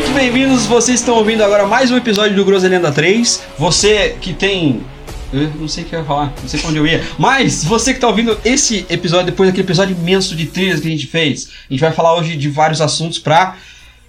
todos, vocês estão ouvindo agora mais um episódio do Groselenda 3. Você que tem. Eu não sei o que eu ia falar, não sei pra onde eu ia. Mas você que tá ouvindo esse episódio, depois daquele episódio imenso de trilhas que a gente fez, a gente vai falar hoje de vários assuntos pra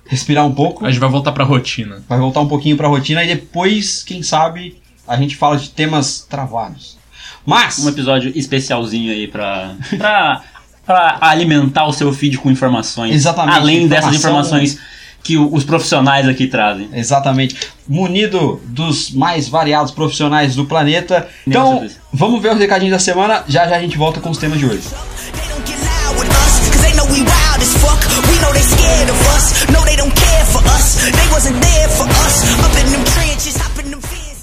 respirar um pouco, A gente vai voltar pra rotina. vai voltar um pouquinho pra rotina e depois, quem sabe, a gente fala de temas travados. Mas. Um episódio especialzinho aí pra, pra, pra alimentar o seu feed com informações. Exatamente, Além dessas informação- informações que o- os profissionais aqui trazem. Exatamente. Munido dos mais variados profissionais do planeta. Então, certeza. vamos ver os recadinhos da semana. Já já a gente volta com os temas de hoje. They don't get loud with us, cause they know we wild as fuck. We know they scared of us. No, they don't care for us. They wasn't there for us. Up in them trenches, up in them fences.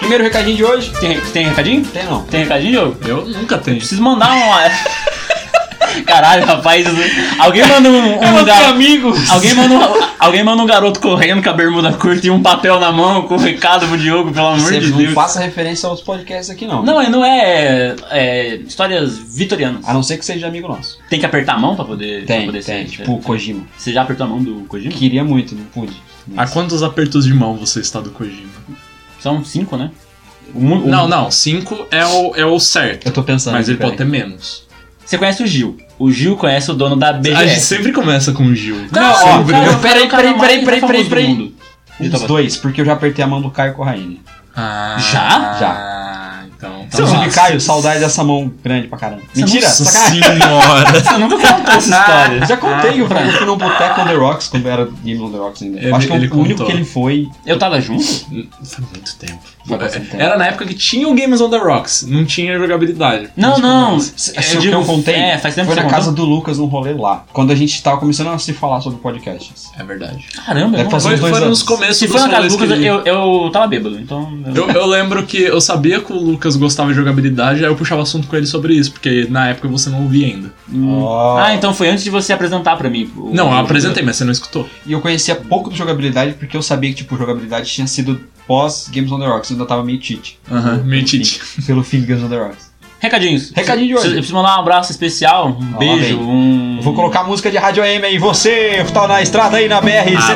Primeiro recadinho de hoje. Tem, tem recadinho? Tem não. Tem recadinho, Diogo? Eu nunca tenho. Preciso mandar uma. Caralho, rapaz. Alguém manda um, um garoto. amigos! Alguém manda, um, alguém manda um garoto correndo com a bermuda curta e um papel na mão com o recado pro Diogo, pelo amor Você de não Deus. faça referência aos podcasts aqui, não. Não, é- não é, é, Histórias vitorianas. A Ah, não ser que seja amigo nosso. Tem que apertar a mão pra poder, pra Tem, poder tem. ser. né? Tipo o Kojima. Você já apertou a mão do Kojima? Queria muito, não pude. Há quantos apertos de mão você está do Kojima? São cinco, né? O mu- o- Um. Não, não. Cinco é o, é o certo. Eu tô pensando. Mas ele peraí. pode ter menos. Você conhece o Gil. O Gil conhece o dono da A gente BGS. sempre começa com o Gil. Não, ó, Sempre. cara, o cara é o cara peraí, mais peraí, peraí, famoso do peraí, mundo. Os Um Então tá. dois, porque eu já apertei a mão do Caio Corraine. Ah, Já? Já. Então, tá Inclusive, massa. Caio, saudade dessa mão grande pra caramba. Mentira, Nossa sacanagem. senhora. Eu nunca contei essa história. Já Ah. contei, eu fui- eu fui num boteco on the rocks quando era Game on the Rocks ainda. Ele- Eu Acho que é ele o único contou. que ele foi. Eu tava junto? Foi muito tempo. Foi bastante tempo. é, Era na época que tinha o Games on the Rocks. Não tinha jogabilidade. Não, Mas, não. tipo, Eu Se o que digo- eu contei É, faz tempo foi que na você casa do Lucas num rolê lá. Quando a gente tava começando a se falar sobre podcasts. É verdade. contou. Caramba, Deve eu não- fazer- Foi, uns dois foram os anos. começos Se dos for na casa rolês do Lucas, é que ele- eu, eu tava bêbado, então. Eu, eu lembro que eu sabia que o Lucas gostava de jogabilidade, aí eu puxava assunto com ele sobre isso, porque na época você não ouvia ainda. Ó. Ah, então foi antes de você apresentar pra mim. o- Não, eu o- apresentei, mas você não escutou. E eu conhecia pouco de jogabilidade porque eu sabia que, tipo, jogabilidade tinha sido pós Games on the Rocks. Eu ainda tava meio cheat. Aham, meio cheat. Pelo fim de Games on the Rocks. Recadinhos. Recadinho de hoje. Eu preciso mandar um abraço especial, um lá beijo, vem. um. Eu vou colocar a música de Rádio AM aí. Você que tá na estrada aí na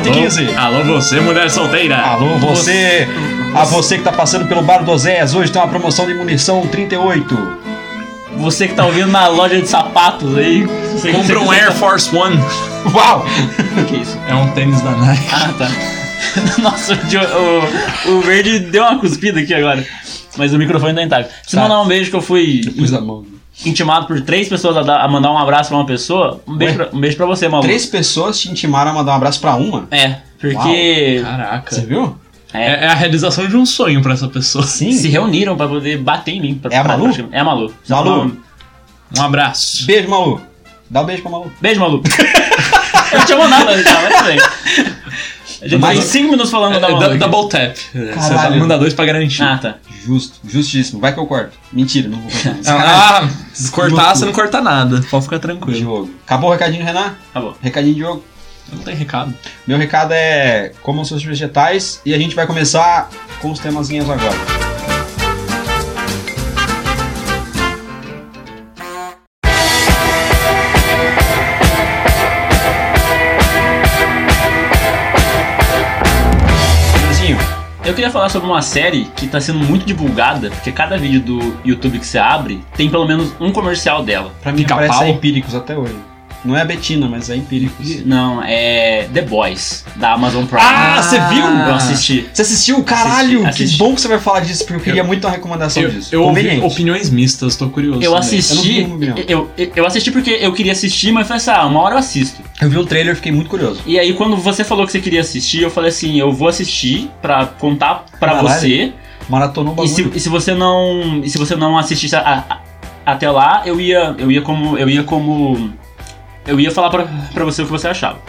BR-115. Alô, alô, você, mulher solteira. Alô, você. A você que tá passando pelo Bar do Ozés. Hoje tem uma promoção de munição 38. Você que tá ouvindo na loja de sapatos aí. Você, Compra um você- Air Force One. Uau! Que isso? É um tênis da Nike. Ah, tá. Nossa, o, Diogo- o, o verde deu uma cuspida aqui agora. Mas o microfone tá intacto. Preciso Tá. mandar um beijo que eu fui Pus a mão. intimado por três pessoas a, dar- a mandar um abraço pra uma pessoa. Um beijo, Ué? pra, um beijo pra você, maluco. Três pessoas te intimaram a mandar um abraço pra uma. É, porque. Você Caraca. viu? É, É, é a realização de um sonho pra essa pessoa. Sim. se reuniram pra poder bater em mim. Pra, É a pra- Malu? pra- é a Malu. Malu. Um abraço. Beijo, Malu. Dá um beijo pra Malu. Beijo, Malu. eu tinha mandado, tá, mas tudo bem. A gente Mas- Mais cinco minutos falando da É, Malu. du- aqui. double tap. É, Você tá Caralho. manda dois pra garantir. Ah, tá. Justo, justíssimo. Vai que eu corto. Mentira, não vou cortar. Sacanagem. Ah, se cortar, você não corta nada. Pode ficar tranquilo. Diogo. Acabou o recadinho, Renan? Acabou. Recadinho, Diogo. Não tem recado. Meu recado é comam seus vegetais e a gente vai começar com os temazinhos agora. Temazinho, Eu queria falar sobre uma série que tá sendo muito divulgada, porque cada vídeo do YouTube que você abre tem pelo menos um comercial dela. Pra mim Pica-pau? parece empíricos até hoje. Não é a Betina, mas é empíricos. Não, é The Boys, da Amazon Prime. Ah, você viu? Eu assisti. Você assistiu? Caralho, Assisti, que assisti. bom que você vai falar disso, porque eu queria Eu- muito uma recomendação Eu, disso. eu ouvi Conveniente. opiniões mistas, tô curioso. Eu também. assisti. Eu não vi nenhum. Eu, eu, eu assisti porque eu queria assistir, mas eu falei assim, ah, uma hora eu assisto. Eu vi um trailer e fiquei muito curioso. E aí, quando você falou que você queria assistir, eu falei assim: eu vou assistir pra contar pra Caralho, você. Maratonou o E bagulho. se, e se você não. E se você não assistisse a- a- até lá, eu ia. Eu ia como. Eu ia como. Eu ia falar pra, pra você o que você achava.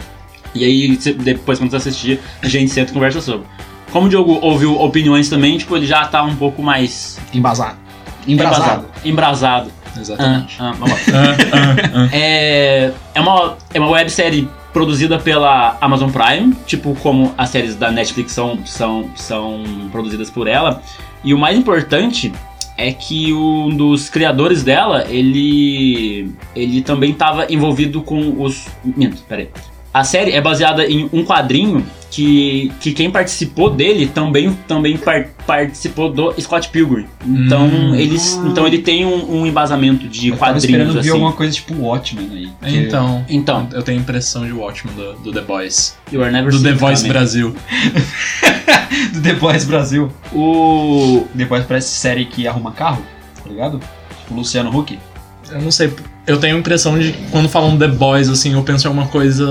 E aí, você- depois, quando você assistir, a gente senta e conversa sobre. Como o Diogo ouviu opiniões também, tipo, ele já tá um pouco mais. Embasado. Embasado. Embrasado. Ah, Exatamente. ah, vamos lá. Ah, ah, É, é uma, é uma websérie produzida pela Amazon Prime, tipo como as séries da Netflix são, são, são produzidas por ela. E o mais importante é que um dos criadores dela, ele ele também estava envolvido com os minto, peraí. A série é baseada em um quadrinho que, que quem participou dele também, também par- participou do Scott Pilgrim. Então, Hum. eles, então ele tem um, um embasamento de Eu tava quadrinhos esperando ver assim. alguma coisa tipo Watchmen aí. porque- Então, Então, eu tenho a impressão de Watchmen do, do The Boys. You Are Never Do Seen The Voice Coming. Brasil. Então. Do The Boys Brasil. O The Boys parece série que arruma carro, tá ligado? Tipo Luciano Huck. Eu não sei. Eu tenho a impressão de que quando falam The Boys, assim, eu penso em alguma coisa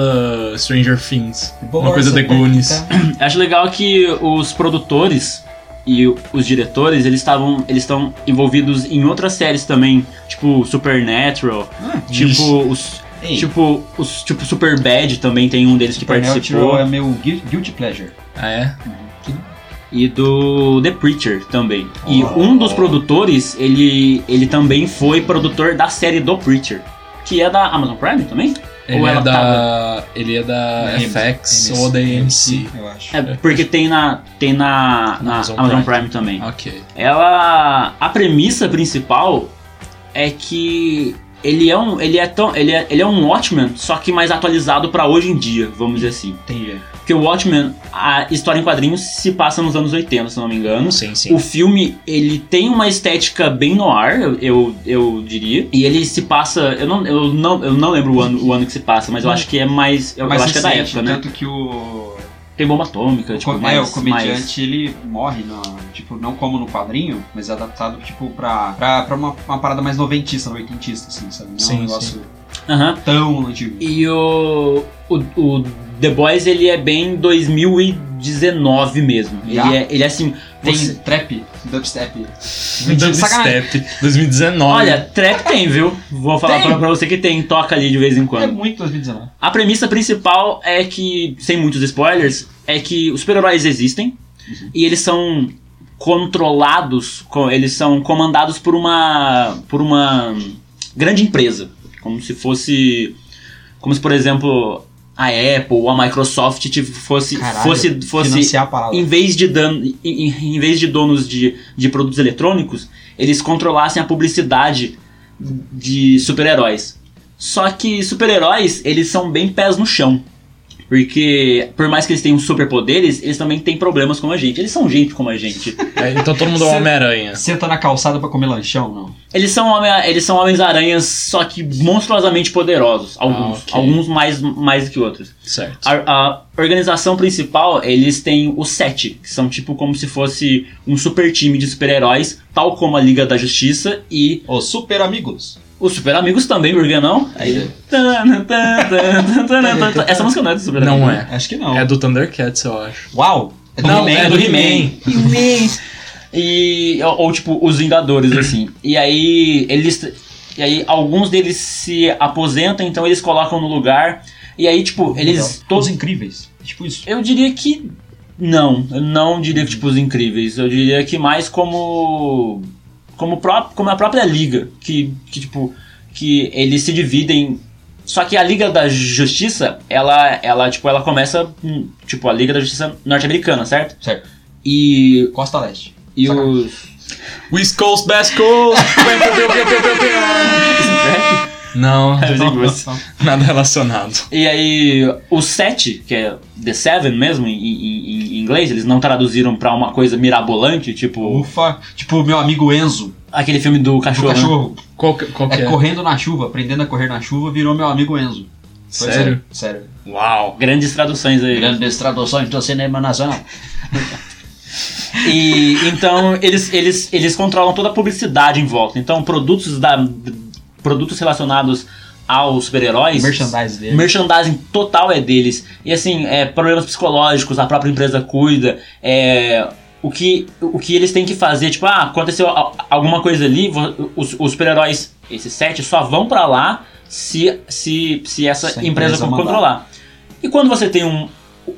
Stranger Things. Uma coisa The Goonies. acho legal que os produtores e o- os diretores, eles estavam, eles estão envolvidos em outras séries também, tipo Supernatural, Ah, tipo os Ei, tipo, Tipo, os, tipo, Super Bad também tem um deles que participou. é meu gui- guilty pleasure. Ah, é? E do The Preacher também. E Oh. um dos produtores, ele, ele também foi produtor da série do Preacher. Que é da Amazon Prime também? Ele Ou é ela tá- da. Ele é Ah, da Da FX AMC, ou da AMC. Eu acho. É, porque tem na, tem na, na Amazon Amazon, Prime. Prime. também. Ok. Ela. A premissa principal é que ele é um. Ele é tão. Ele é, ele é um Watchmen, só que mais atualizado pra hoje em dia, vamos dizer assim. Entendi. Porque o Watchmen, a história em quadrinhos se passa nos anos 80, se não me engano. Sim, sim. O filme, ele tem uma estética bem no ar, eu, eu diria. E ele se passa. Eu não, eu não, eu não lembro o ano, o ano que se passa, mas eu acho que é mais. Eu, eu acho que é da época, né? Tanto que o. Tem bomba atômica, o tipo, com- mais. é, o comediante mais- ele morre, na, tipo, não como no quadrinho, mas é adaptado tipo, pra, pra, pra uma, uma parada mais noventista, noventista, assim, sabe? Não Sim, um negócio Aham. tão tipo, antigo. E o, o. o The Boys, ele é bem 2019 mesmo. Ele, Já? é, ele é assim. Tem você- trap, dubstep. Sacanagem. Dubstep 2019. Olha, trap tem, viu? Vou falar Tem? pra, pra você que tem, toca ali de vez em É quando. muito 2019. A premissa principal é que, sem muitos spoilers, é que os super-heróis existem e eles são controlados, co- eles são comandados por uma por uma grande empresa, como se fosse como se por exemplo a Apple ou a Microsoft tive- fosse Caralho, fosse fosse financiar a parada. em vez de dan- em, em- em vez de donos de, de produtos eletrônicos, eles controlassem a publicidade de super-heróis. Só que super-heróis, eles são bem pés no chão. Porque, por mais que eles tenham superpoderes, eles também têm problemas como a gente. Eles são gente como a gente. É, então todo mundo é o Cê- Homem-Aranha. Senta na calçada pra comer lanchão, não. Eles são, homem, eles são homens-aranhas, só que monstruosamente poderosos. Alguns. Ah, ok. Alguns mais, mais que outros. Certo. A, a organização principal, eles têm os sete, que são tipo como se fosse um super time de super-heróis, tal como a Liga da Justiça e Os super amigos. os Super Amigos também, por que não? Aí- Essa música não é do Super Amigos. Não né? é. Acho que não. É do Thundercats, eu acho. Uau! É do Não, He-Man. é do He-Man. E. Ou, ou, tipo, os Vingadores, assim. E aí eles. E aí alguns deles se aposentam, então eles colocam no lugar. E aí, tipo, eles. Legal. Todos Os incríveis. Tipo isso. Eu diria que não, eu não diria que tipo os incríveis, eu diria que mais como como, pró como a própria liga, que, que tipo que eles se dividem. Só que a Liga da Justiça, ela ela tipo ela começa hum, tipo a Liga da Justiça norte-americana, certo? Certo. E Costa Leste. e Sacanagem. os West Coast, Best Coast! Piu, piu, piu, piu, piu, piu. Não, nada relacionado. E aí, os sete, que é The Seven mesmo em, em- em inglês, eles não traduziram pra uma coisa mirabolante, tipo Ufa. Tipo o meu amigo Enzo, aquele filme do o cachorro. né? cachorro. Qual que, qual Tipo, que É, é? correndo na chuva, aprendendo a correr na chuva, virou meu amigo Enzo. Foi Sério? Sério. Uau. Grandes traduções aí. Grandes traduções do cinema nacional. E então eles, eles, eles controlam toda a publicidade em volta. Então, produtos da. Produtos relacionados aos super-heróis. Merchandise dele. Merchandising total é deles. E assim, é, problemas psicológicos, a própria empresa cuida. É, o, que, o que eles têm que fazer, tipo, ah, aconteceu a- alguma coisa ali, vo- os, os super-heróis, esses sete, só vão pra lá se, se, se essa Se a empresa, empresa mandar. controlar. E quando você tem um-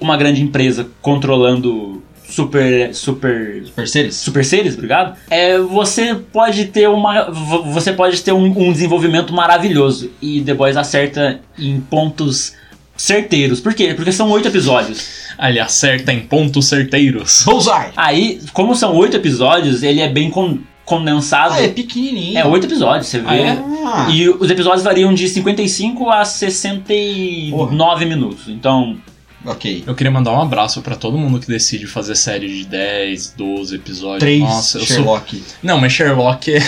uma grande empresa controlando super super Super seres. super seres, obrigado. É, você pode ter uma, vo- você pode ter um, um desenvolvimento maravilhoso e The Boys acerta em pontos certeiros. Por quê? Porque são oito episódios. Ah, Ele acerta em pontos certeiros. Bullseye. Aí, como são oito episódios, ele é bem con- condensado. Ah, é pequenininho. É oito episódios, você vê. Ah, é? E os episódios variam de 55 a 69 minutos. Então, Ok. Eu queria mandar um abraço pra todo mundo que decide fazer série de 10, 12 episódios. Três Nossa, eu sou. Sherlock. Não, mas Sherlock é.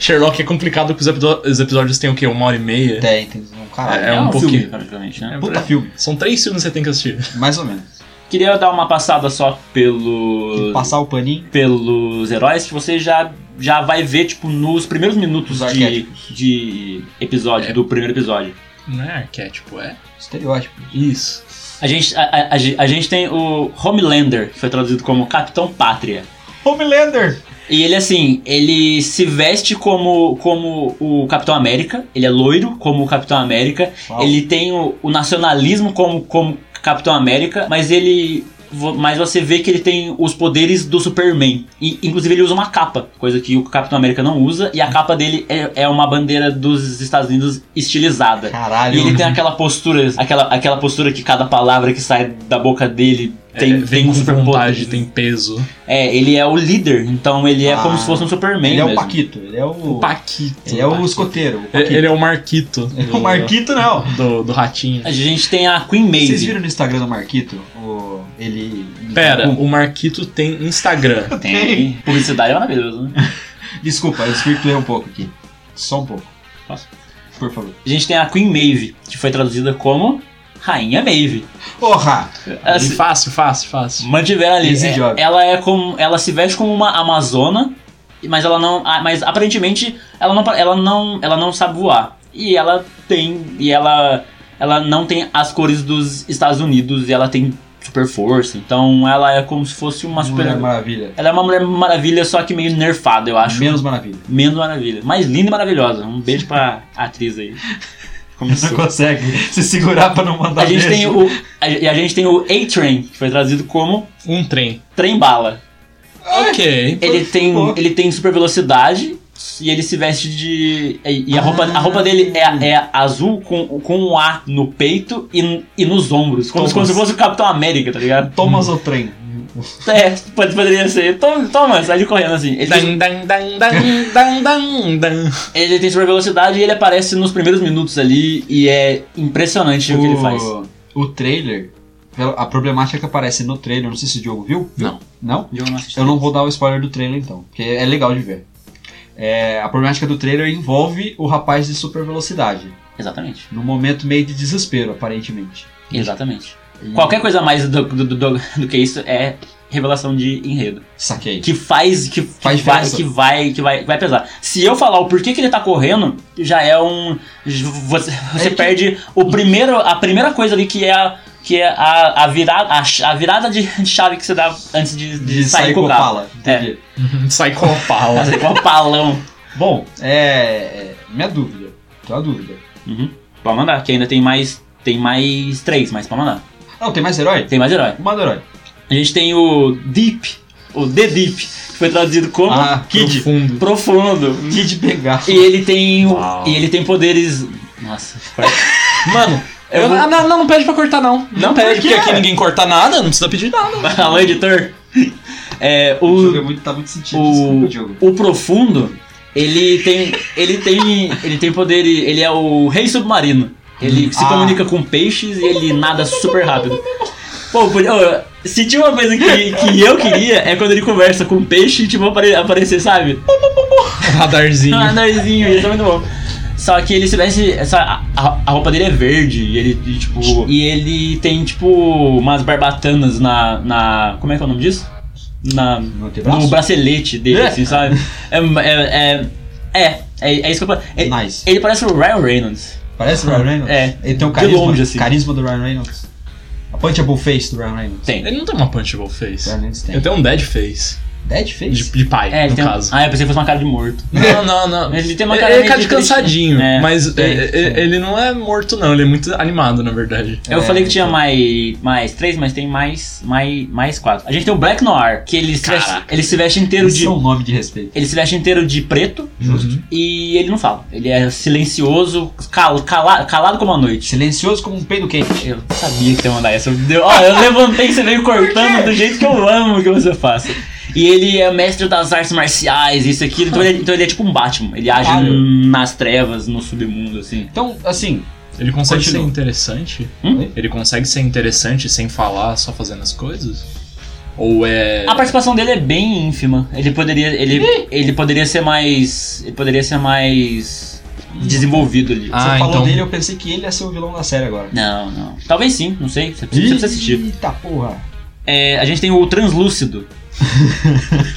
Sherlock é complicado porque os, episo- os episódios têm o quê? Uma hora e meia? Tem, tem um caralho. É, é, um um, filme, pouquinho. praticamente, né? É, Puta filme, São três filmes que você tem que assistir. mais ou menos. Queria dar uma passada só Tem que pelo, passar o paninho. pelos heróis que você já, já vai ver, tipo, nos primeiros minutos Os de, arquétipos. de episódio, É. do primeiro episódio. Não é arquétipo, é? Estereótipo. Isso. A gente, a, a- a gen- a gente tem o Homelander, que foi traduzido como Capitão Pátria. Homelander! E ele, assim, ele se veste como, como o Capitão América, ele é loiro como o Capitão América, Uau. ele tem o, o nacionalismo como, como Capitão América, mas ele. vo- Mas você vê que ele tem os poderes do Superman. E, inclusive, ele usa uma capa, coisa que o Capitão América não usa, e a capa dele é, é uma bandeira dos Estados Unidos estilizada. Caralho. E ele tem aquela postura, aquela, aquela postura que cada palavra que sai da boca dele tem, É, tem vem com um vontade, né? superpoder. tem peso. É, ele é o líder, então ele é Ah, como se fosse um Superman. Ele é o mesmo. Paquito. Ele é o. O Paquito. Ele é o Paquito. escoteiro. o Paquito. Ele é o Marquito. O Marquito não. Do, do ratinho. A gente tem a Queen Vocês Maeve. viram no Instagram do Marquito? O... Ele. Pera, Desculpa, o Marquito tem Instagram. Tem. Publicidade é maravilhosa, né? Desculpa, eu escrituei um pouco aqui. Só um pouco. Posso? Por favor. A gente tem a Queen Maeve, que foi traduzida como Rainha Maeve. Porra! Assim, Fácil, fácil, fácil. mantiveram ali. É, Easy é- job. ela é como, ela se veste como uma amazona, mas ela não, ah, mas aparentemente ela não, ela não, ela não sabe voar. E ela tem, e ela, ela não tem as cores dos Estados Unidos e ela tem super força. Então ela é como se fosse uma super. Mulher Maravilha. Ela é uma mulher maravilha, só que meio nerfada, eu acho. Menos Maravilha. Menos maravilha. Mais linda e maravilhosa. Um beijo pra atriz aí. Você Começou. consegue se segurar pra não mandar A gente beijo. tem o. a- E a, gente tem o A-Train, que foi traduzido como Um trem. trem bala. Ok. Ele tem, Pô. ele tem super velocidade e ele se veste de. E e a roupa, a roupa dele Ah. é, é azul com, com um A no peito e, e nos ombros. Como, se- como se fosse o Capitão América, tá ligado? Thomas o Trem. É, pode- poderia ser. Toma, toma sai de correndo assim. Ele tem, Dan, dan, dan, dan, dan, dan, dan. ele tem super velocidade e ele aparece nos primeiros minutos ali e é impressionante o que ele faz. O trailer, a problemática que aparece no trailer, não sei se o Diogo viu. Não. Não? Eu não assisti. Eu não vou dar o spoiler do trailer então, porque é legal de ver. É, a problemática do trailer envolve o rapaz de super velocidade. Exatamente. Num momento meio de desespero, aparentemente. Exatamente. E- Qualquer coisa mais do, do, do, do- do que isso é revelação de enredo. Saquei. Que faz. Que, que Faz vai, diferença. que vai, que vai, que vai pesar. Se eu falar o porquê que ele tá correndo, já é um. Você, você É que- perde o primeiro. A primeira coisa ali que é a. Que é a, a, virada, a, ch- a virada de chave que você dá antes de, de De sair com o carro. psicopala. Entendi. Psychopala. Fazer com o palão. Bom, é. é, Minha dúvida. Tem uma dúvida. Uhum. Pode mandar, que ainda tem mais. Tem mais três, mas pode mandar. Não, tem mais herói? Tem mais herói. Manda herói. A gente tem o Deep, o The Deep, que foi traduzido como Ah, Kid Profundo. Profundo. Kid pegar. E ele tem o- Uau. e ele tem poderes. Nossa, Mano, Eu eu- vou- ah, não, não, não pede pra cortar, não. não pede Porque aqui ninguém corta nada, não precisa pedir nada. Alô, editor. É, O jogo é o, muito, tá muito sentido. o, Desculpa, Diogo. o Profundo, ele tem. Ele tem. Ele tem poder. Ele é o rei submarino. Ele se Ah. comunica com peixes e ele nada super rápido. Pô, podia- ô, se tinha uma coisa que, que eu queria é quando ele conversa com peixe e tipo apare- aparecer, sabe? Radarzinho. Ah, narizinho, isso é muito bom. Só que ele se veste. Essa, a, a roupa dele é verde e ele, e, tipo. E ele tem, tipo, umas barbatanas na. na como é que é o nome disso? Na, Não tem braço? no bracelete dele, É. assim, sabe? É. É, é, é, é, é isso que eu falo. Ele, Nice. ele parece o Ryan Reynolds. Parece o Ryan Reynolds? É. Ele tem o De carisma, longe, assim. carisma do Ryan Reynolds. A punchable face do Ryan Reynolds. Tem. Então, Ele não tem uma punchable O face. Ryan Reynolds tem. Ele tem um dead face. Dead face? De, de pai, É, ele no tem. caso. Ah, eu pensei que fosse uma cara de morto. Não, não, não. Mas ele tem uma Ele- cara ele é meio cara de de triste, cansadinho, né? mas Tem, é, é, tem. ele não é morto, não. Ele é muito animado, na verdade. Eu É, falei que tinha então. mais, mais três, mas tem mais, mais, mais quatro. A gente tem o Black Noir, que ele se veste, Caraca. ele se veste inteiro Esse de. Uhum. é um nome de respeito. Ele se veste inteiro de preto Justo. e ele não fala. Ele é silencioso, cal- cala- calado como a noite. Silencioso como um peido quente. Eu sabia que você ia mandar essa. Deu- Ó, eu levantei e você veio cortando do jeito que eu amo que você faça. E ele é mestre das artes marciais, isso aqui. Então ele, então ele é tipo um Batman. Ele age Ah, nas trevas, no submundo, assim. Então, assim, Ele consegue Continua. ser interessante? Hum? Ele consegue ser interessante sem falar, só fazendo as coisas? Ou é. A participação dele é bem ínfima. Ele poderia. Ele, ele poderia ser mais. Ele poderia ser mais. desenvolvido ali. Ah, você falou então. dele, eu pensei que ele ia ser o vilão da série agora. Não, não. Talvez sim, não sei. Você precisa, você precisa assistir. Eita porra. É, a gente tem o Translúcido.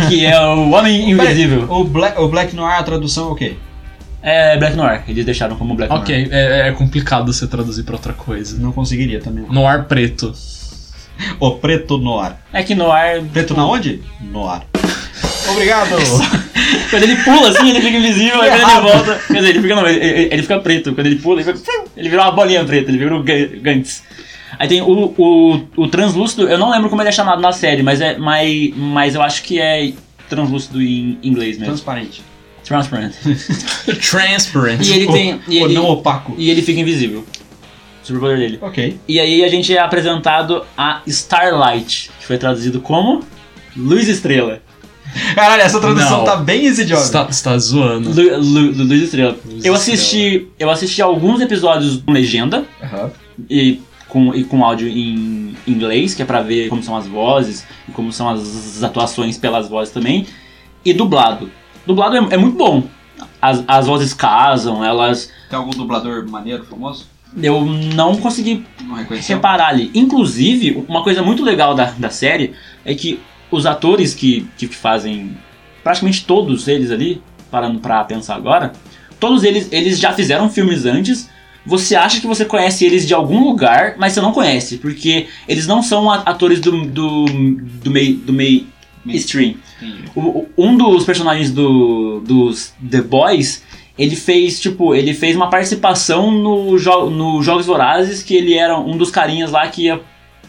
que é o Homem Invisível. O Black, o Black Noir, a tradução é o quê? É Black Noir. Eles deixaram como Black Noir. Ok, é, é complicado você traduzir pra outra coisa. Não conseguiria também. No ar preto. O Preto Noir. É que Noir. Preto na onde? Noir. Obrigado. Quando ele pula assim, ele fica invisível, aí quando ele volta. Quer dizer, ele fica não, ele, ele- ele fica preto. Quando ele pula, ele fica. Ele vira uma bolinha preta, ele vira o Gan- Gantz. Aí tem o, o, o translúcido, eu não lembro como ele é chamado na série, mas, é, mas, mas eu acho que é translúcido em inglês mesmo. Transparente. Transparent. Transparent. E ele Ou- tem. E ou ele, não opaco. e ele fica invisível. Superpoder dele. Ok. E aí a gente é apresentado a Starlight, que foi traduzido como Luz Estrela. Caralho, essa tradução Não. tá bem easy job. Você tá, você tá zoando. Lu, Lu- Lu- Luz Estrela. Luz eu assisti, eu assisti alguns episódios com legenda Aham. e com e com áudio em inglês, que é pra ver como são as vozes e como são as atuações pelas vozes também, e dublado. Dublado é, é muito bom. As, as vozes casam, elas Tem algum dublador maneiro, famoso? eu não consegui Não reconheceu? reparar ali. Inclusive, uma coisa muito legal da, da série é que os atores que, que fazem praticamente todos eles ali, parando pra pensar agora, todos eles, eles já fizeram filmes antes. Você acha que você conhece eles de algum lugar, mas você não conhece, porque eles não são a- atores do, do, do meio do meio stream. Entendi. O- o- um dos personagens do, dos The Boys, ele fez, tipo, ele fez uma participação no, jo no Jogos Vorazes, que ele era um dos carinhas lá que ia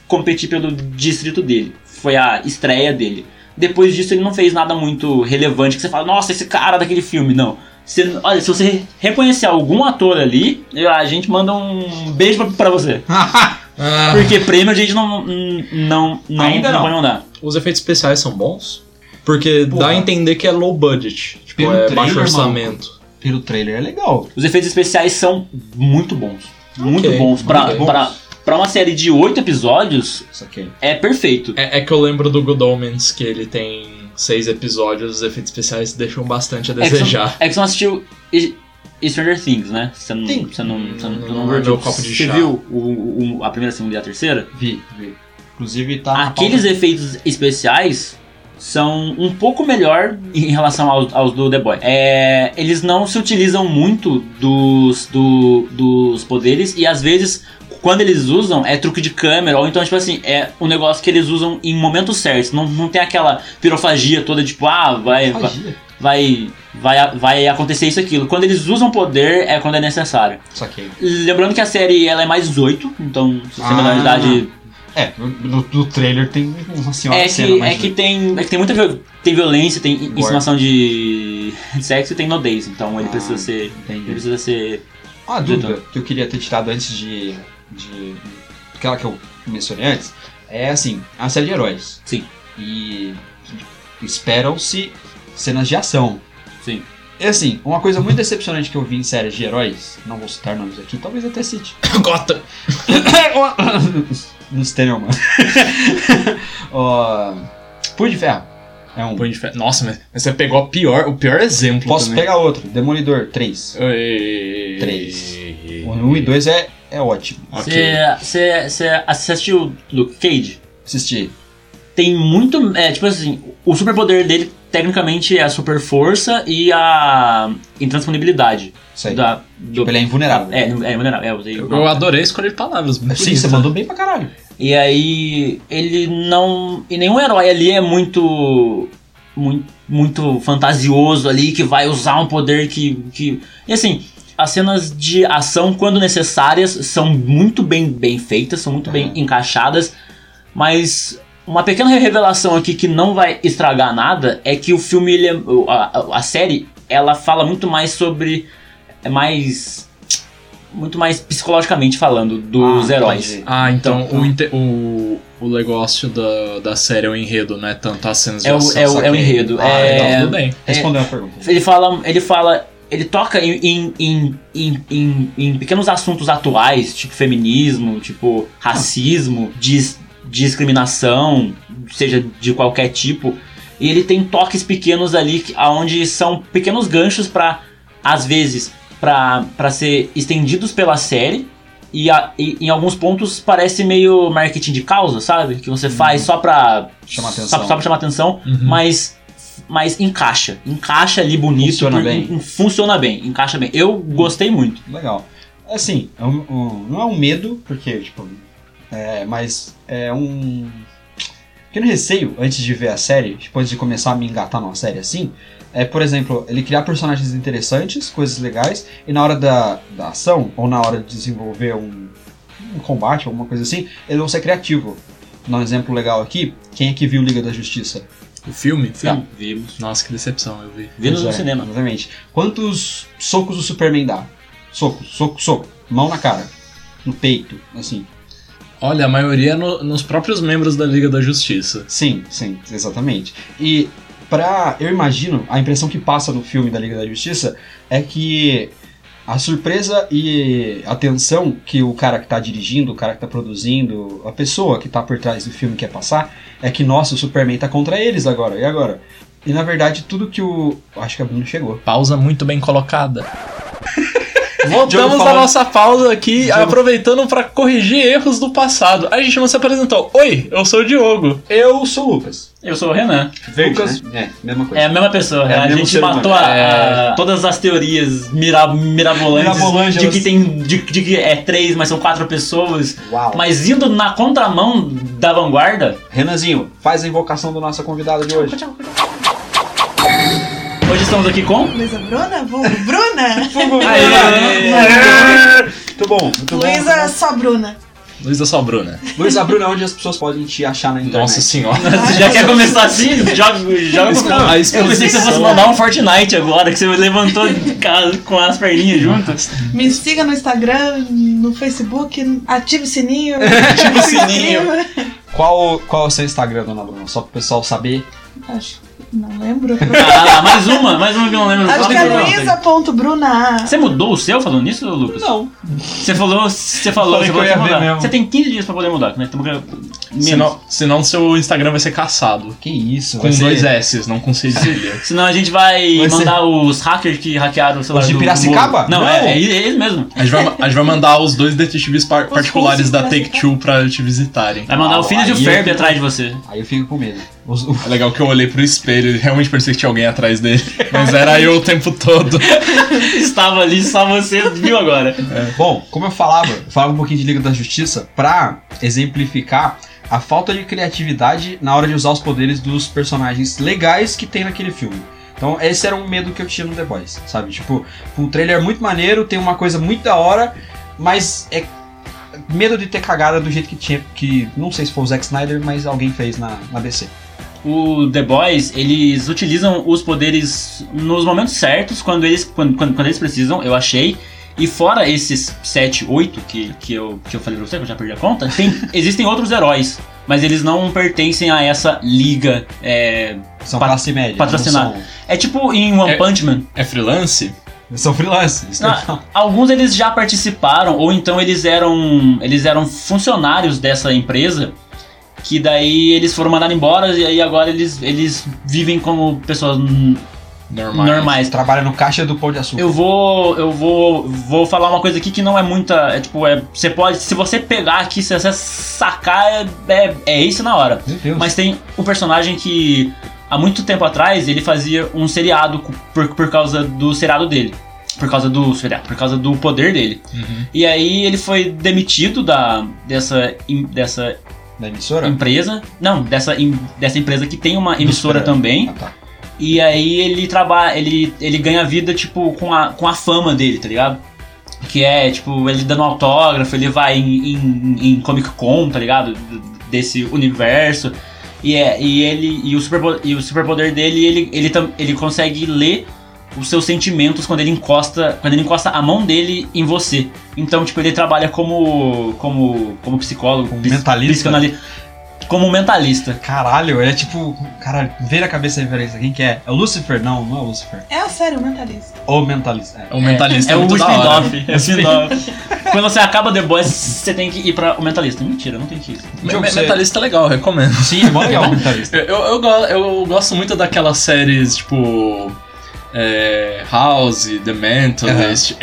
competir pelo distrito dele. Foi a estreia dele. Depois disso ele não fez nada muito relevante que você fala, nossa, esse cara daquele filme, não. Você- olha, se você reconhecer algum ator ali, eu- a gente manda um beijo pra, pra você. Ah, Porque prêmio a gente não. não, não Ainda não. pode mandar. Os efeitos especiais são bons? Porque dá a Porra. entender que é low budget. Tipo, Pelo é trailer, baixo mano. orçamento. Pelo trailer é legal. Os efeitos especiais são muito bons. Muito Ok, bons. Pra, muito bons. pra- pra uma série de oito episódios, Isso aqui. é perfeito. É, é que eu lembro do Good Omens, que ele tem seis episódios, os efeitos especiais deixam bastante a É que você, desejar. é que você não assistiu I- I Stranger Things, né? Você não, Sim. você não, você não, você Não, não não é viu. meu copo de Você chá. viu o- o- a primeira, a segunda e a terceira? Vi, vi. Inclusive tá. na Aqueles efeitos especiais são um pouco melhor em relação aos, aos do The Boy. É, eles não se utilizam muito dos, do- dos poderes e às vezes quando eles usam é truque de câmera ou então tipo assim é um negócio que eles usam em momentos certos. Não, não tem aquela pirofagia toda tipo ah vai pauta. vai vai, vai, vai acontecer isso e aquilo. Quando eles usam poder é quando é necessário. Isso aqui. Lembrando que a série ela é mais 18, então se você é Ah. menor de idade É, no, no trailer tem uma senhora É cena que, mais é que tem, é que tem muita viol- tem violência, tem i- insinuação de de sexo e tem nudez, então ele Ah. precisa ser. Ele Entendi. precisa ser. Uma dúvida Ah, que eu queria ter tirado antes de, de. Aquela que eu mencionei antes. É assim, é uma série de heróis. Sim. E esperam-se cenas de ação. Sim. E assim, uma coisa muito decepcionante que eu vi em séries de heróis, não vou citar nomes aqui, talvez até cite. Gotham! Não citei nenhuma. Ó, Punho de Ferro. É um. Punho de Ferro. Nossa, mas, mas você pegou a pior, o pior exemplo Posso também. pegar outro. Demolidor 3. Oi. Três. O 1 e 2 é, é ótimo. Ok. Você assistiu Luke Cage? Assisti. Tem muito. É, tipo assim, o superpoder dele tecnicamente é a super força e a intransfonibilidade. Isso aí. Da, do, Tipo, ele é invulnerável. é, é, vulnerável. É, eu usei- Eu adorei escolher palavras. muito Sim, bonito. você mandou bem pra caralho. E aí ele não. E nenhum herói ali é muito. Muito, muito fantasioso ali, que vai usar um poder que, que. E assim, as cenas de ação, quando necessárias, são muito bem, bem feitas, são muito bem Aham. encaixadas. Mas uma pequena revelação aqui que não vai estragar nada é que o filme, ele é- a, a- a série, ela fala muito mais sobre. É mais. muito mais psicologicamente falando dos Ah, heróis. entendi. Ah, então, Então, o, inte- o, o negócio da, da série é o enredo, não é tanto as cenas de É o- ação, é o- é o saquei. enredo, Ah, é- então tudo bem. Respondeu a pergunta. Ele fala, ele fala, ele toca em, em, em, em, em- em pequenos assuntos atuais, tipo feminismo, tipo racismo, dis- discriminação, seja de qualquer tipo. E ele tem toques pequenos ali, que- aonde são pequenos ganchos pra, às vezes, pra pra ser estendidos pela série. E, a- e em alguns pontos parece meio marketing de causa, sabe? Que você faz só pra Chamar só- atenção. só pra chamar atenção, Uhum. mas mas encaixa, encaixa ali bonito, Funciona por- bem. um- funciona bem, encaixa bem. Eu gostei muito. Legal. Assim, é um- um- não é um medo, porque, tipo. É, mas é um. Pequeno receio antes de ver a série, tipo, antes de começar a me engatar numa série assim, é, por exemplo, ele criar personagens interessantes, coisas legais, e na hora da, da ação, ou na hora de desenvolver um, um combate, alguma coisa assim, ele não ser criativo. Vou dar um exemplo legal aqui, quem é que viu Liga da Justiça? O filme? Tá, Vimos, Nossa, que decepção, eu vi. vimos Pois no é, cinema. Exatamente. Quantos socos o Superman dá? Soco, soco, soco. Mão na cara. No peito, assim. Olha, a maioria é no- nos próprios membros da Liga da Justiça. Sim, sim, exatamente. E pra. Eu imagino, a impressão que passa no filme da Liga da Justiça é que a surpresa e a tensão que o cara que tá dirigindo, o cara que tá produzindo, a pessoa que tá por trás do filme quer passar, é que, nossa, o Superman tá contra eles agora, e agora? E na verdade, tudo que o. Acho que a Bruno chegou. Pausa muito bem colocada. Diogo Voltamos à falando- nossa pausa aqui, Diogo- aproveitando pra corrigir erros do passado. A gente não se apresentou. Oi, eu sou o Diogo. Eu sou o Lucas. Eu sou o Renan. Lucas. É, mesma coisa. É a mesma pessoa, É o a mesmo gente ser humano. É. matou a- a- todas as teorias mira, mirabolantes Mirabolantes. de que tem de, de que é três, mas são quatro pessoas. Uau. Mas indo na contramão da vanguarda, Renanzinho, faz a invocação do nosso convidado de hoje. hoje estamos aqui com Luísa Bruna? Vulgo Bruna? Muito bom, muito Luísa só Bruna. Luísa só Bruna. bom. Luísa Bruna, onde as pessoas podem te achar na internet? Nossa senhora. Você já quer começar assim? Joga, joga no A Eu pensei que você fosse exposição. mandar um Fortnite agora, que você levantou de casa com as perninhas juntas. Me siga no Instagram, no Facebook, ative o sininho. Ative o sininho. Qual, qual é o seu Instagram, dona Bruna? Só pro pessoal saber. Acho, não lembro. Ah, mais uma, mais uma que eu não lembro. Acho Fala que aí, é Bruno. luísa.bruna. Você mudou o seu falando nisso, Lucas? Não. Você falou, você falou, Falei você que eu falou ia que ver mudar. mesmo. Você tem 15 dias pra poder mudar, né? Tamo com- Menos. Senão, senão seu Instagram vai ser caçado. Que isso, Com dois S's, não com seis S's. Senão a gente vai Vai ser- mandar os hackers que hackearam o celular Os de do- do Piracicaba? Moro. Não, Não. É, é ele mesmo. A gente vai, a gente vai mandar os dois detetives par- Os particulares da russos, né? Take-Two pra te visitarem. Vai mandar Ah, o filho de aí Ferb eu- atrás de você. Aí eu fico com medo. Os- o- É legal que eu olhei pro espelho e realmente parecia que tinha alguém atrás dele. Mas era eu o tempo todo. Estava ali, só você viu agora. Bom, como eu falava, eu falava um pouquinho de Liga da Justiça pra exemplificar a falta de criatividade na hora de usar os poderes dos personagens legais que tem naquele filme. Então, esse era um medo que eu tinha no The Boys, sabe? Tipo, um trailer muito maneiro, tem uma coisa muito da hora, mas é medo de ter cagada do jeito que tinha, que não sei se foi o Zack Snyder, mas alguém fez na, na DC. o The Boys, eles utilizam os poderes nos momentos certos, quando eles, quando, quando, quando eles precisam, eu achei. E fora esses 7, 8 que, que, eu, que eu falei pra você, que eu já perdi a conta, tem- existem outros heróis. Mas eles não pertencem a essa liga. É, São Pa- classe média. patrocinado. não é tipo em One É- Punch Man. É freelance? São, são freelance. isso Ah, que eu- Alguns eles já participaram, ou então eles eram. Eles eram funcionários dessa empresa. Que daí eles foram mandados embora e aí agora eles, eles vivem como pessoas hum, Normal. normais. Trabalha no caixa do Pão de Açúcar. Eu vou, eu vou, vou falar uma coisa aqui que não é muita, é tipo, é, você pode, se você pegar aqui, se você sacar, é, é, é isso na hora. Meu Deus. Mas tem um personagem que há muito tempo atrás ele fazia um seriado co- por, por causa do seriado dele, por causa do seriado, por causa do poder dele. Uhum. E aí ele foi demitido da dessa em- dessa Da emissora? empresa, não, dessa em- dessa empresa que tem uma emissora Espera. também. Ah, tá. E aí ele trabalha, ele, ele ganha vida, tipo, com a, com a fama dele, tá ligado? Que é, tipo, ele dando autógrafo, ele vai em, em, em Comic Con, tá ligado? Desse universo. E, é, e ele e o superpo- e o superpoder dele, ele, ele, tam- ele consegue ler os seus sentimentos quando ele encosta, quando ele encosta a mão dele em você. Então, tipo, ele trabalha como como como psicólogo, Como pis- mentalista? psicanali- como mentalista. Caralho, ele é tipo. Caralho, veio na cabeça a referência. Quem que é? É o Lucifer? Não, não é o Lucifer. É a sério, mentalista. Ou mentalista. É. É um mentalista é o muito da hora. spin-off, é o spin-off. Quando você acaba The Boys, você tem que ir pra o mentalista. Mentira, não tem que ir. Me- Jogo me- você- Mentalista é legal, recomendo. Sim, é mó legal o mentalista. Eu, eu, eu go- eu gosto muito daquelas séries tipo. é, House, The Mentalist,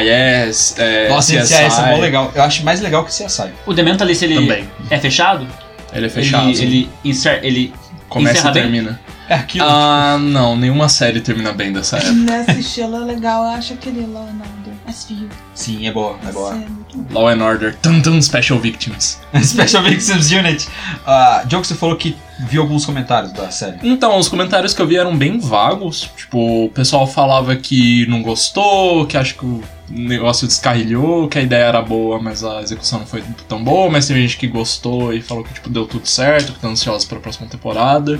NCIS, é, Nossa, CSI. esse é esse é mó legal. Eu acho mais legal que o CSI. O The Mentalist ele Também. é fechado? Ele é fechado. Ele ele, inser, ele começa encerra e bem? termina. É aquilo. Ah, não, nenhuma série termina bem dessa época. Nessa estilo é legal, eu acho aquele Leonardo. SVU. Sim, é boa, é boa. Essa é muito boa. Law and Order, tum, tum, Special Victims. Special Victims Unit. Ah, Diogo, você falou que viu alguns comentários da série. Então, os comentários que eu vi eram bem vagos. Tipo, o pessoal falava que não gostou, que acho que o negócio descarrilhou, que a ideia era boa, mas a execução não foi tão boa. Mas tem gente que gostou e falou que tipo, deu tudo certo, que tá ansiosa pra próxima temporada.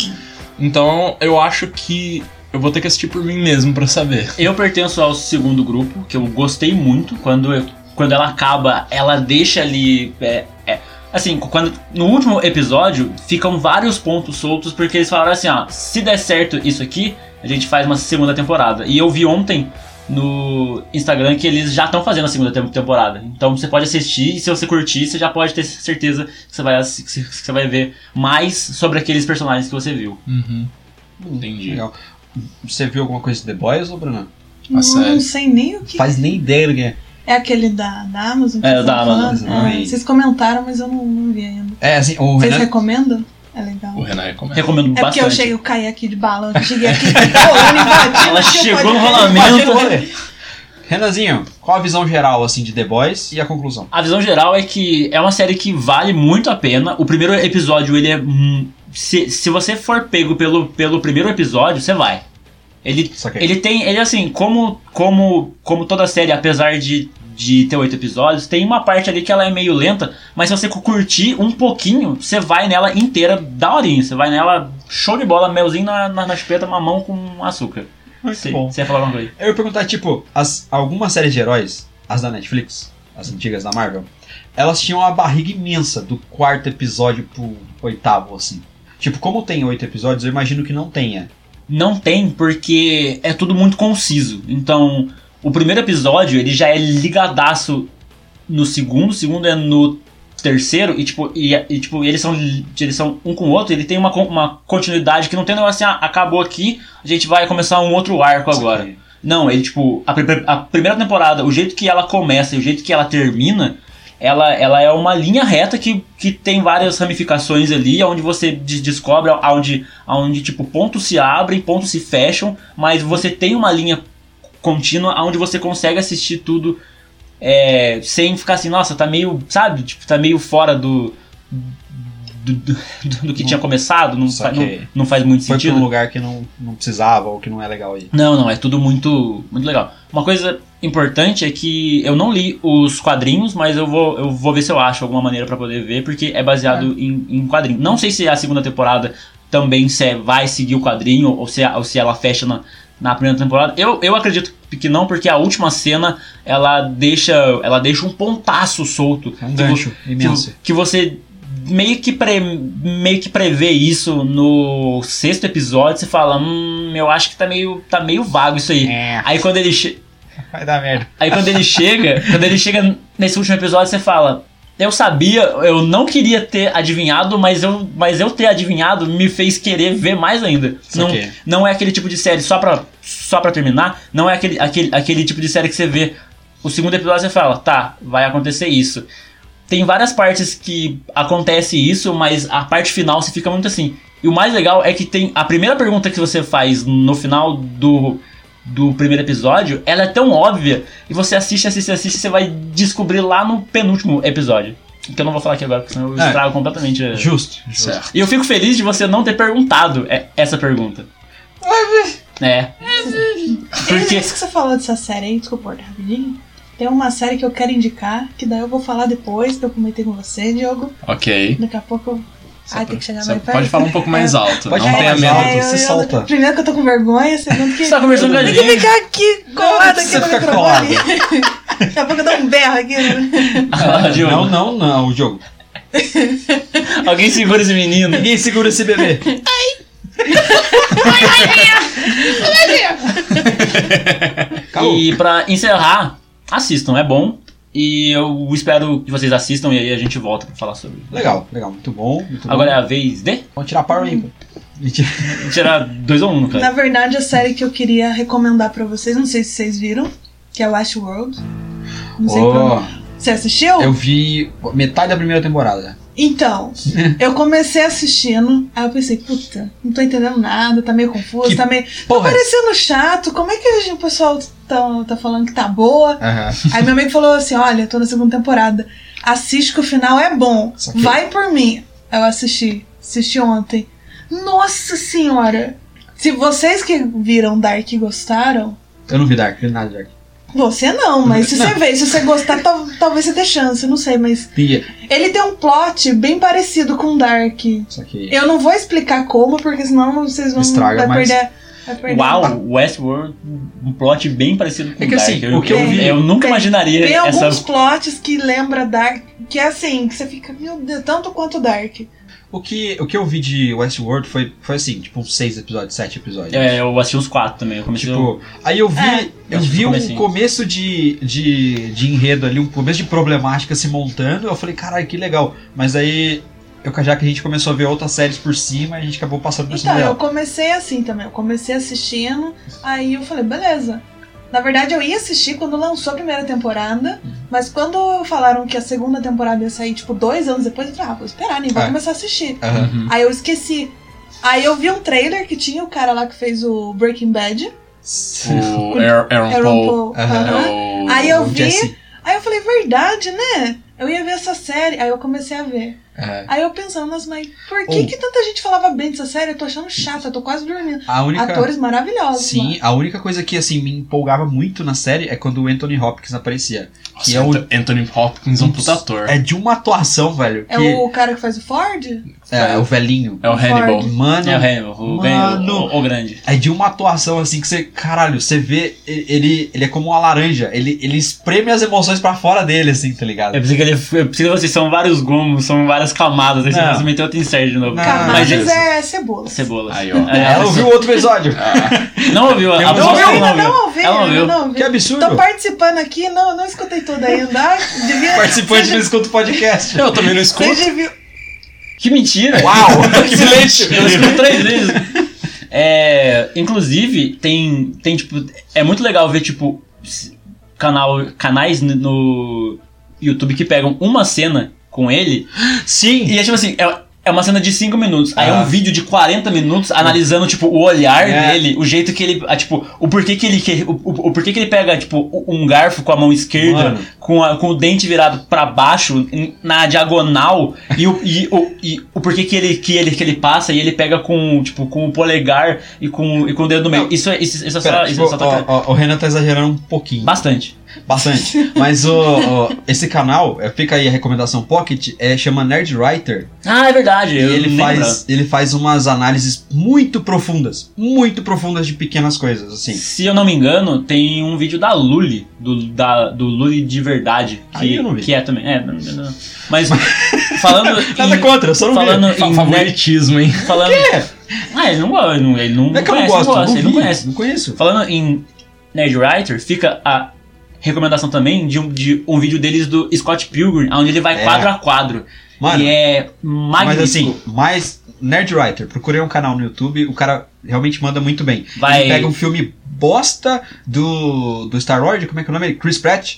Então, eu acho que eu vou ter que assistir por mim mesmo pra saber. Eu pertenço ao segundo grupo, que eu gostei muito. Quando, eu- quando ela acaba, ela deixa ali. é, é, assim, quando, no último episódio, ficam vários pontos soltos, porque eles falaram assim: ó, se der certo isso aqui, a gente faz uma segunda temporada. E eu vi ontem no Instagram que eles já estão fazendo a segunda tem- temporada. Então você pode assistir e se você curtir, você já pode ter certeza que você vai, assi- que você vai ver mais sobre aqueles personagens que você viu. Uhum. Entendi. Legal. Você viu alguma coisa de The Boys ou Bruno? Não, sério? não sei nem o que. Faz nem ideia do que é. É aquele da, da Amazon? que É, vocês da estão Amazon, falando? É, exatamente. vocês comentaram, mas eu não, não vi ainda. É, assim, o vocês Renan. recomendam? É legal. O Renan recomenda. Recomendo É porque bastante. eu cheguei, eu caí aqui de bala, eu cheguei aqui rolando, invadindo. Ela aqui o chegou no podcast. rolamento. Imagina o rolê. Renanzinho, qual a visão geral assim de The Boys e a conclusão? A visão geral é que é uma série que vale muito a pena. O primeiro episódio, ele é. hum, Se, se você for pego pelo, pelo primeiro episódio, você vai. Ele, Saquei. ele tem. Ele assim, como, como, como toda série, apesar de, de ter oito episódios, tem uma parte ali que ela é meio lenta, mas se você cu- curtir um pouquinho, você vai nela inteira, daorinha. Você vai nela, show de bola, melzinho na, na, na chupeta, mamão com açúcar. Você bom. você ia falar alguma coisa? Eu ia perguntar, tipo, as, algumas séries de heróis, as da Netflix, as antigas da Marvel, elas tinham uma barriga imensa do quarto episódio pro oitavo, assim. Tipo, como tem oito episódios, eu imagino que não tenha. Não tem, porque é tudo muito conciso. Então, o primeiro episódio, ele já é ligadaço no segundo, o segundo é no terceiro, e tipo, e, e, tipo eles, são, li- eles são um com o outro, ele tem uma, con- uma continuidade que não tem negócio assim, ah, acabou aqui, a gente vai começar um outro arco agora. Não, ele, tipo, a, pri- a primeira temporada, o jeito que ela começa e o jeito que ela termina, ela, ela é uma linha reta que, que tem várias ramificações ali, onde você de- descobre aonde, aonde, tipo, pontos se abrem, pontos se fecham, mas você tem uma linha contínua onde você consegue assistir tudo é, sem ficar assim, nossa, tá meio, sabe, tipo, tá meio fora do. Do, do- do que tinha começado, não, Só fa- que não, não faz muito Foi pra sentido. um lugar que não, não precisava ou que não é legal aí. Não, não, é tudo muito, muito legal. Uma coisa importante é que eu não li os quadrinhos, mas eu vou, eu vou ver se eu acho alguma maneira pra poder ver, porque é baseado Em, em quadrinho. Não sei se a segunda temporada também se é, vai seguir o quadrinho ou se, ou se ela fecha na, na primeira temporada. Eu, eu acredito que não, porque a última cena ela deixa, ela deixa um pontaço solto. Tipo, É um Que vo- gancho imenso. que, que você meio que, pre, meio que prevê isso no sexto episódio, você fala, hum, eu acho que tá meio, tá meio vago isso aí. É, Aí quando ele, che- vai dar merda. aí quando ele chega, quando ele chega nesse último episódio, você fala, eu sabia, eu não queria ter adivinhado, mas eu, mas eu ter adivinhado me fez querer ver mais ainda. Não, Saquei. não é aquele tipo de série só pra, só pra terminar, não é aquele, aquele, aquele tipo de série que você vê. O segundo episódio você fala, tá, vai acontecer isso. Tem várias partes que acontece isso, mas a parte final você fica muito assim. E o mais legal é que tem. A primeira pergunta que você faz no final do, do primeiro episódio, ela é tão óbvia, e você assiste, assiste, assiste, você vai descobrir lá no penúltimo episódio. Que eu não vou falar aqui agora, porque senão eu É. estrago completamente. a- Justo, justo. Certo. e eu fico feliz de você não ter perguntado é- essa pergunta. É. Por Porque. isso que você falou dessa série aí, desculpa cortar rapidinho. Tem uma série que eu quero indicar, que daí eu vou falar depois, que eu comentei com você, Diogo. Ok. Daqui a pouco eu Só Ai, pra- tem que chegar só- mais perto. Pode falar um pouco mais alto. Pode não falar tenha mais medo. alto. você solta. Primeiro que eu tô com vergonha, segundo que. Você tá conversando com a Tem que gente. ficar aqui colado aqui precisa no ficar microfone. Daqui a pouco eu dou um berro aqui. tá Ah, Diogo, É, Não, não, não, Diogo. Alguém segura esse menino. Ninguém segura esse bebê. Acabou. E pra encerrar, assistam, é bom. E eu espero que vocês assistam e aí a gente volta pra falar sobre. Legal, legal, muito bom. Muito Agora é bom. a vez de Vamos tirar power aí. Mentira. tirar dois ou um, Na cara. verdade, a série que eu queria recomendar pra vocês, não sei se vocês viram, que é Westworld. Não sei Ó, como. Você assistiu? eu vi metade da primeira temporada. Então, eu comecei assistindo, aí eu pensei, puta, não tô entendendo nada, tá meio confuso, Que tá meio. Tá Porra! é parecendo chato, como é que o pessoal tá, tá falando que tá boa? Aham. Aí meu amigo falou assim: olha, eu tô na segunda temporada. Assiste que o final é bom. Só que- Vai por mim. Eu assisti. Assisti ontem. Nossa senhora! Se vocês que viram Dark e gostaram, Eu não vi Dark, não vi nada de Dark. você não, mas se você vê, se você gostar, tal- talvez você tenha chance, não sei, mas. Entendi. Ele tem um plot bem parecido com Dark. Só que. Eu não vou explicar como, porque senão vocês vão Estraga, vai mas- perder. Vai perder. Uau, Westworld, um plot bem parecido com É que Dark. assim, o que eu vi- eu nunca tem- imaginaria Tem essa. alguns plots que lembra Dark, que é assim, que você fica, meu Deus, tanto quanto Dark. O que, o que eu vi de Westworld foi, foi assim, tipo uns 6 episódios, 7 episódios. É, eu assisti uns quatro também. Eu assim. comecei Tipo, aí eu vi, É. eu Acho que vi no um comecinho. começo de, de, de enredo ali, um começo de problemática se montando, eu falei, caralho, que legal. Mas aí, eu já que a gente começou a ver outras séries por cima, a gente acabou passando por cima Então, eu dela. comecei assim também. Eu comecei assistindo, aí eu falei, beleza. Na verdade, eu ia assistir quando lançou a primeira temporada, Uhum. mas quando falaram que a segunda temporada ia sair, tipo, dois anos depois, eu falei, ah, vou esperar, nem vou É. Uhum. começar a assistir. Aham. Uhum. Aí eu esqueci. Aí eu vi um trailer que tinha o cara lá que fez o Breaking Bad, O Aaron, Aaron Aaron Paul. Paul. Aham. É aham. o- Aí eu O vi, Jesse. aí eu falei, verdade, né? Eu ia ver essa série, aí eu comecei a ver. É. Aí eu pensando, nossa, mas por que, Oh. que tanta gente falava bem dessa série? Eu tô achando chata, eu tô quase dormindo. A única... Atores né? maravilhosos. lá. Sim, a única coisa que assim me empolgava muito na série é quando o Anthony Hopkins aparecia. Nossa, Que é o Anthony Hopkins é um puta ator. É de uma atuação, velho. É que- o cara que faz o Ford? é, é o velhinho. É o Hannibal. Mano, É o Hannibal, o, Mano. o, o grande. É de uma atuação assim que você, caralho, você vê, e- ele, ele é como uma laranja, ele, ele espreme as emoções pra fora dele, assim, tá ligado? Eu pensei É que ele. Eu pensei que vocês são vários gomos, são várias camadas. Aí Não. você meteu outra insert de novo. Não. Ah, Mas Camadas ele. é cebola. Cebola. Aí, ó. É, Ela ouviu outro episódio. Não ouviu, a Não a Não, pessoa ouviu, eu não ainda ouviu. não ouvi, Ela não ainda ouviu. não ouvi. que absurdo. Tô participando aqui, não, não escutei tudo ainda. Ah, Devia, Participante não escuta o podcast. Eu também não escuto. Vocês deviam- Que mentira! Uau! que silêncio! Eu escuto três vezes. É, inclusive, tem, tem, tipo, é muito legal ver, tipo, s- canal, canais n- no YouTube que pegam uma cena com ele Sim! e é tipo assim, é, é uma cena de 5 minutos, aí é Ah. um vídeo de 40 minutos analisando, tipo, o olhar É. dele, o jeito que ele, ah, tipo, o porquê que ele, que, o, o- o porquê que ele pega, tipo, um garfo com a mão esquerda Mano, com, a- com o dente virado pra baixo n- na diagonal e o, e o, e o porquê que ele, que ele que ele passa e ele pega com tipo com o polegar e com, e com o dedo no meio. Não. Isso é isso, isso é só, pera, isso tipo, é só ó, tá- ó, o Renan tá exagerando um pouquinho. bastante. Bastante. Mas o, o- esse canal, é, fica aí a recomendação Pocket, é, chama Nerd Writer. Ah, é verdade. E eu ele nem lembrava. faz, ele faz umas análises muito profundas. Muito profundas de pequenas coisas, assim. Se eu não me engano, tem um vídeo da Lully, do, da, do Lully de verdade, Aí que, eu não vi. que é também. É, não, não, não. Mas falando Nada em, contra, eu só não vi. falando Fa- em nerd- Favoritismo, hein? falando Ah, ele não go- ele não, ele não, Não é que eu não conhece, gosto, gosta, ele não vi, conhece. Não conheço. Falando em Nerd Writer, fica a recomendação também de um, de um vídeo deles do Scott Pilgrim, onde ele vai É. quadro a quadro. Mano, e é mas magnífico. assim, mais Nerd Writer, procurei um canal no YouTube, o cara realmente manda muito bem. Ele vai. pega um filme bosta do, do Star Wars, como é que é o nome? Chris Pratt.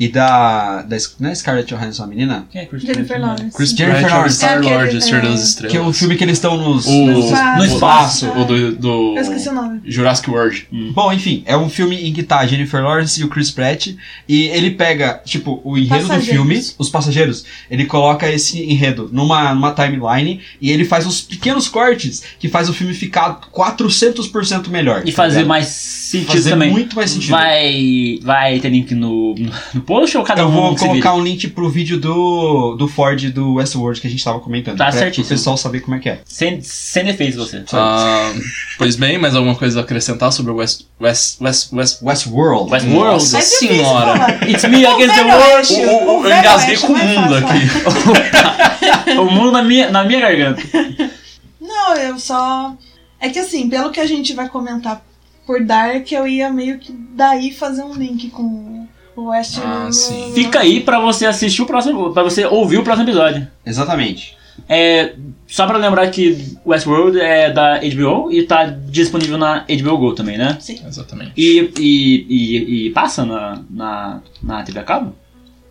E da. da não é Scarlett Johansson, a menina? Quem é Chris Jennifer Pratt? Lawrence. Chris Jennifer Pratt, é o Lawrence. Star-Lord, o É Senhor das aquele, é, Estrelas. Que é o filme que eles estão nos. O- No espaço. espaço. O do, do Eu esqueci o nome. Jurassic World. Bom, enfim, é um filme em que tá a Jennifer Lawrence e o Chris Pratt. E ele pega, tipo, o enredo do Passageiros. filme, os passageiros. Ele coloca esse enredo numa, numa timeline e ele faz uns pequenos cortes que faz o filme ficar 400% melhor. E tá fazer ligado? mais sentido Fazer também. muito mais sentido. Vai, vai ter link no, no, no post ou cada Eu um vou que se vire? colocar um link pro vídeo do, do Ford do Westworld que a gente tava comentando. Tá pra, certíssimo. Pro pessoal saber como é que é. Sem, sem defeitos você. Ah, pois bem, mais alguma coisa a acrescentar sobre o West. West. West. West. Westworld. Westworld? É Nossa difícil senhora! falar. It's me against the Velho world! Oeste, O- o- o eu Velho engasguei Oeste com o não é mundo fácil, aqui. O mundo na minha, na minha garganta. Não, eu só. É que assim, pelo que a gente vai comentar por Dark, eu ia meio que daí fazer um link com o West. Ah, sim. Fica aí pra você assistir o próximo. pra você ouvir o próximo episódio. Exatamente. É, só pra lembrar que Westworld é da HBO e tá disponível na HBO Go também, né? Exatamente. E, e, e, e passa na, na, na TV a cabo?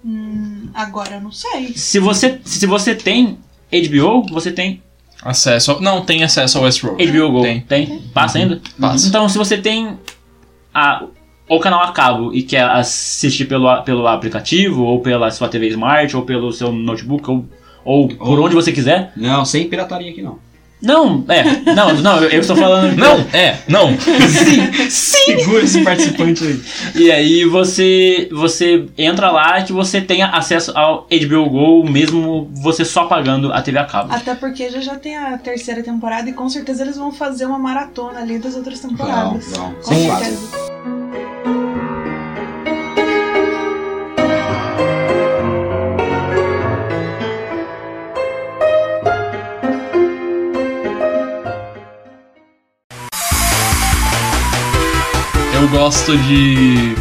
Hum, agora eu não sei. Se você, se você tem HBO, você tem Acesso. ao- Não, tem acesso ao Westworld. HBO Go. Tem. Passa ainda? Passa. Então, se você tem a, o canal a cabo e quer assistir pelo, a- pelo aplicativo, ou pela sua TV Smart, ou pelo seu notebook, ou, ou por Ou- onde você quiser. Não, sem pirataria aqui não. Não, é. Não, não, eu, eu estou falando. Não, é, não. Segura esse participante aí. E aí você você entra lá que você tenha acesso ao HBO Go mesmo você só pagando a TV a cabo. Até porque já já tem a terceira temporada e com certeza eles vão fazer uma maratona ali das outras Não, temporadas. não. Com Sem fazer. certeza. Eu gosto de.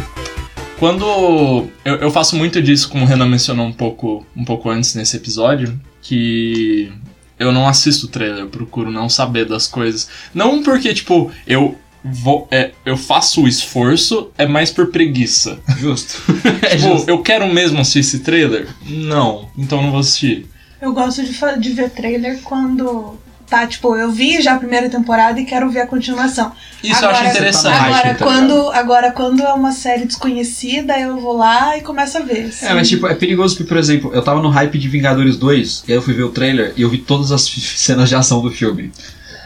Quando. Eu, eu faço muito disso, como o Renan mencionou um pouco, um pouco antes nesse episódio, que eu não assisto trailer, eu procuro não saber das coisas. Não porque, tipo, eu. Vou, é, eu faço o esforço, é mais por preguiça. É Justo. É tipo, eu quero mesmo assistir esse trailer? Não, então não vou assistir. Eu gosto de, fa- de ver trailer quando. Tá, tipo, eu vi já a primeira temporada e quero ver a continuação. Isso eu Agora- acho interessante. Agora, tá quando, agora, quando é uma série desconhecida, eu vou lá e começo a ver. assim. É, mas tipo, é perigoso porque, por exemplo, eu tava no hype de Vingadores 2, e aí eu fui ver o trailer e eu vi todas as f- cenas de ação do filme.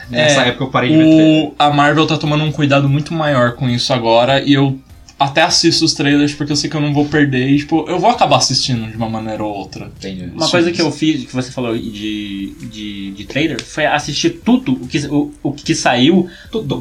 Nessa época eu parei de ver trailer. O, a Marvel tá tomando um cuidado muito maior com isso agora e eu até assisto os trailers porque eu sei que eu não vou perder e, tipo, eu vou acabar assistindo de uma maneira ou outra. Entendi. Uma coisa que eu fiz, que você falou de, de, de trailer, foi assistir tudo o que, o, o que saiu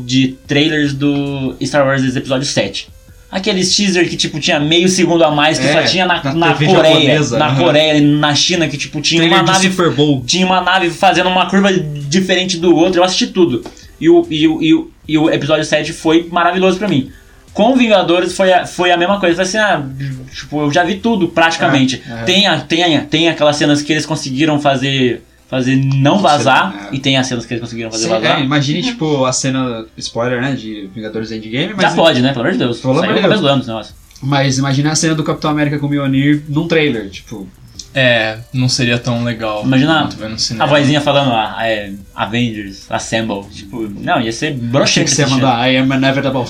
de trailers do Star Wars Episódio 7. Aqueles teaser que, tipo, tinha meio segundo a mais que É, só tinha na, na na TV Coreia. japonesa, na aham. Coreia e na China, que, tipo, tinha Trailer uma do nave Super Bowl. tinha uma nave fazendo uma curva diferente do outro, eu assisti tudo. E o, e o, e o, e o episódio 7 foi maravilhoso pra mim. Com Vingadores foi a, foi a mesma coisa. Foi assim, ah, tipo, eu já vi tudo praticamente. É, Tem, a, tem, a- tem aquelas cenas que eles conseguiram fazer fazer não vazar, é. e tem as cenas que eles conseguiram fazer Sim, vazar. é, imagine, tipo, a cena, spoiler, né, de Vingadores Endgame, já mas, é- pode, né? Pelo amor de Deus. Pelo amor Saiu de no Deus. começo do ano esse negócio. mas imagine a cena do Capitão América com o Mjolnir num trailer, tipo... É, não seria tão legal. Imagina quanto ver no A É. cinema. vozinha falando, ah, é, Avengers, Assemble. Tipo, não, ia ser broxante. né? você assistir. mandar I am inevitable.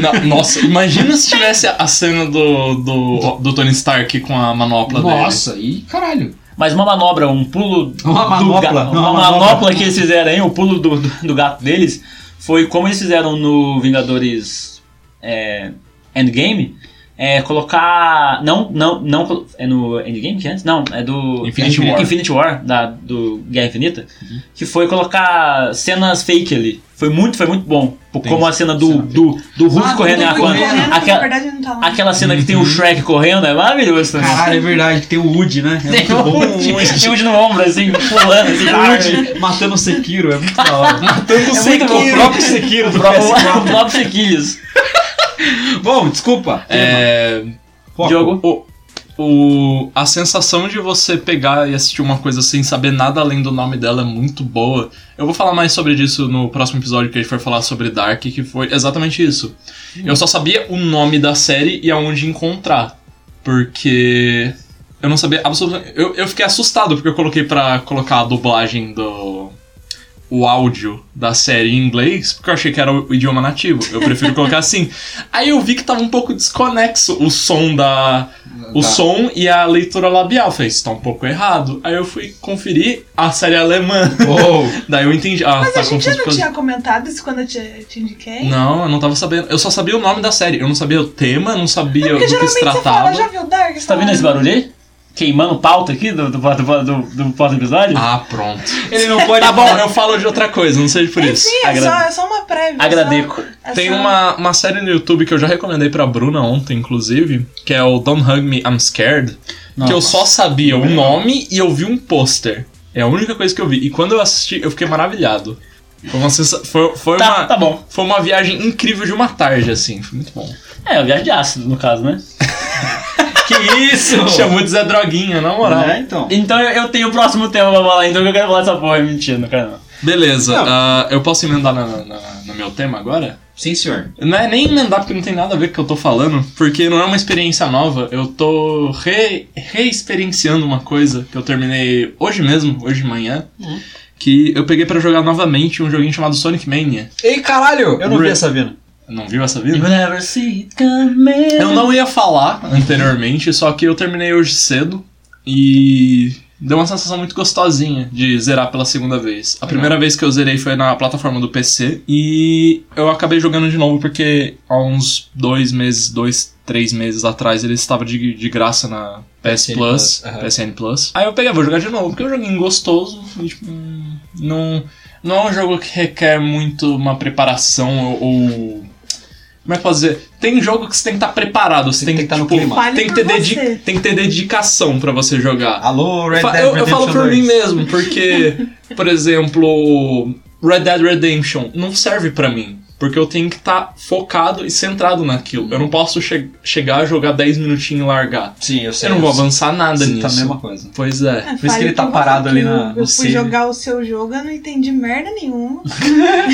Na- nossa, imagina se tivesse a cena do, do, do Tony Stark com a manopla Nossa, e caralho. Mas uma manobra, um pulo. Uma do manopla, ga- não, uma, uma manopla. manopla. que eles fizeram aí, o pulo do, do, do gato deles, foi como eles fizeram no Vingadores é, Endgame. É, colocar. Não, não, não. colo- É no Endgame que é antes? Não, é do. Infinity War. Infinity War, da, do Guerra Infinita. Que foi colocar cenas fake ali. Foi muito, foi muito bom. Como a cena do, cena do, do Hulk Ah, do correndo e a Hulk Aquaman. correndo, Correndo, na Aquela, verdade não tá lá. aquela cena que tem o Shrek correndo é maravilhoso também. Caralho, é verdade, tem o Woody, né? É Tem o muito bom. Woody, tem o Woody Um no ombro, assim, pulando, assim, Woody. Woody matando o Sekiro, é muito da hora. dele. É muito bom. O próprio Sekiro do O PS4. Bob Sequilhos. Bom, desculpa. É, Foco. Diogo. Tipo, o, o, a sensação de você pegar e assistir uma coisa sem saber nada além do nome dela é muito boa. Eu vou falar mais sobre isso no próximo episódio que a gente for falar sobre Dark, que foi exatamente isso. Eu só sabia o nome da série e aonde encontrar. Porque eu não sabia absolutamente. Eu, eu fiquei assustado porque eu coloquei pra colocar a dublagem do. O áudio da série em inglês, porque eu achei que era o idioma nativo. Eu prefiro colocar assim. Aí eu vi que tava um pouco desconexo o som da, o Tá. som e a leitura labial. Eu Falei, isso tá um pouco errado. Aí eu fui conferir a série alemã. Uou. Daí eu entendi. Ah, Mas tá a gente confuso já não por causa- tinha comentado isso quando eu te, te indiquei? Não, eu não tava sabendo. Eu só sabia o nome da série. Eu não sabia o tema, eu não sabia Porque do que geralmente se você fala, tratava. já viu Dark? Você tá vendo esse barulho aí? Queimando pauta aqui do, do, do, do, do pós-episódio? Ah, pronto. Ele não pode. Tá bom, eu falo de outra coisa, não seja por isso. Sim, é, Agra- só, é só uma prévia. Agradeco. só- é Tem só- uma, uma série no YouTube que eu já recomendei pra Bruna ontem, inclusive, que é o Don't Hug Me, I'm Scared. que eu só sabia o nome e eu vi um pôster. É a única coisa que eu vi. E quando eu assisti, eu fiquei maravilhado. Foi uma, sensa- foi, foi Tá, uma, tá bom. foi uma viagem incrível de uma tarde, assim. Foi muito bom. É, a viagem de ácido, no caso, né? Que isso? Chamou de Zé Droguinha, na moral. É, então. Então eu, eu tenho o próximo tema pra falar, então que eu quero falar dessa porra. Mentira, não quero não. Beleza, Não. ah, eu posso emendar na- na- no meu tema agora? Sim, senhor. Não é nem emendar porque não tem nada a ver com o que eu tô falando, porque não é uma experiência nova. Eu tô re, reexperienciando uma coisa que eu terminei hoje mesmo, hoje de manhã, que eu peguei pra jogar novamente um joguinho chamado Sonic Mania. Ei, caralho! Eu não vi essa vindo. Não viu essa vida? You never see it coming. É Eu não ia falar anteriormente, só que eu terminei hoje cedo e deu uma sensação muito gostosinha de zerar pela segunda vez. A primeira vez que eu zerei foi na plataforma do PC e eu acabei jogando de novo porque há uns dois meses, dois, três meses atrás ele estava de, de graça na PS PSN Plus, Plus, aham. PSN Plus. Aí eu peguei, vou jogar de novo porque é um joguinho gostoso, e, tipo, hum, não não é um jogo que requer muito uma preparação ou. ou- Como é que eu posso dizer? Tem jogo que você tem que estar preparado, você tem, Tem que estar que, no tipo, clima. Fale tem que, ter por dedi- você. tem que ter dedicação pra você jogar. Alô, Red Eu fa- Dead eu, eu Redemption falo por 2. mim mesmo, porque, por exemplo, Red Dead Redemption não serve pra mim. Porque eu tenho que estar focado e centrado naquilo. Eu não posso che- chegar a jogar 10 minutinhos e largar. Sim, eu sei. Eu não vou eu avançar nada sinto nisso. a mesma coisa. Pois é. É, Por isso que fale ele tá com parado você, ali na- Eu no fui save. jogar o seu jogo, eu não entendi merda nenhuma.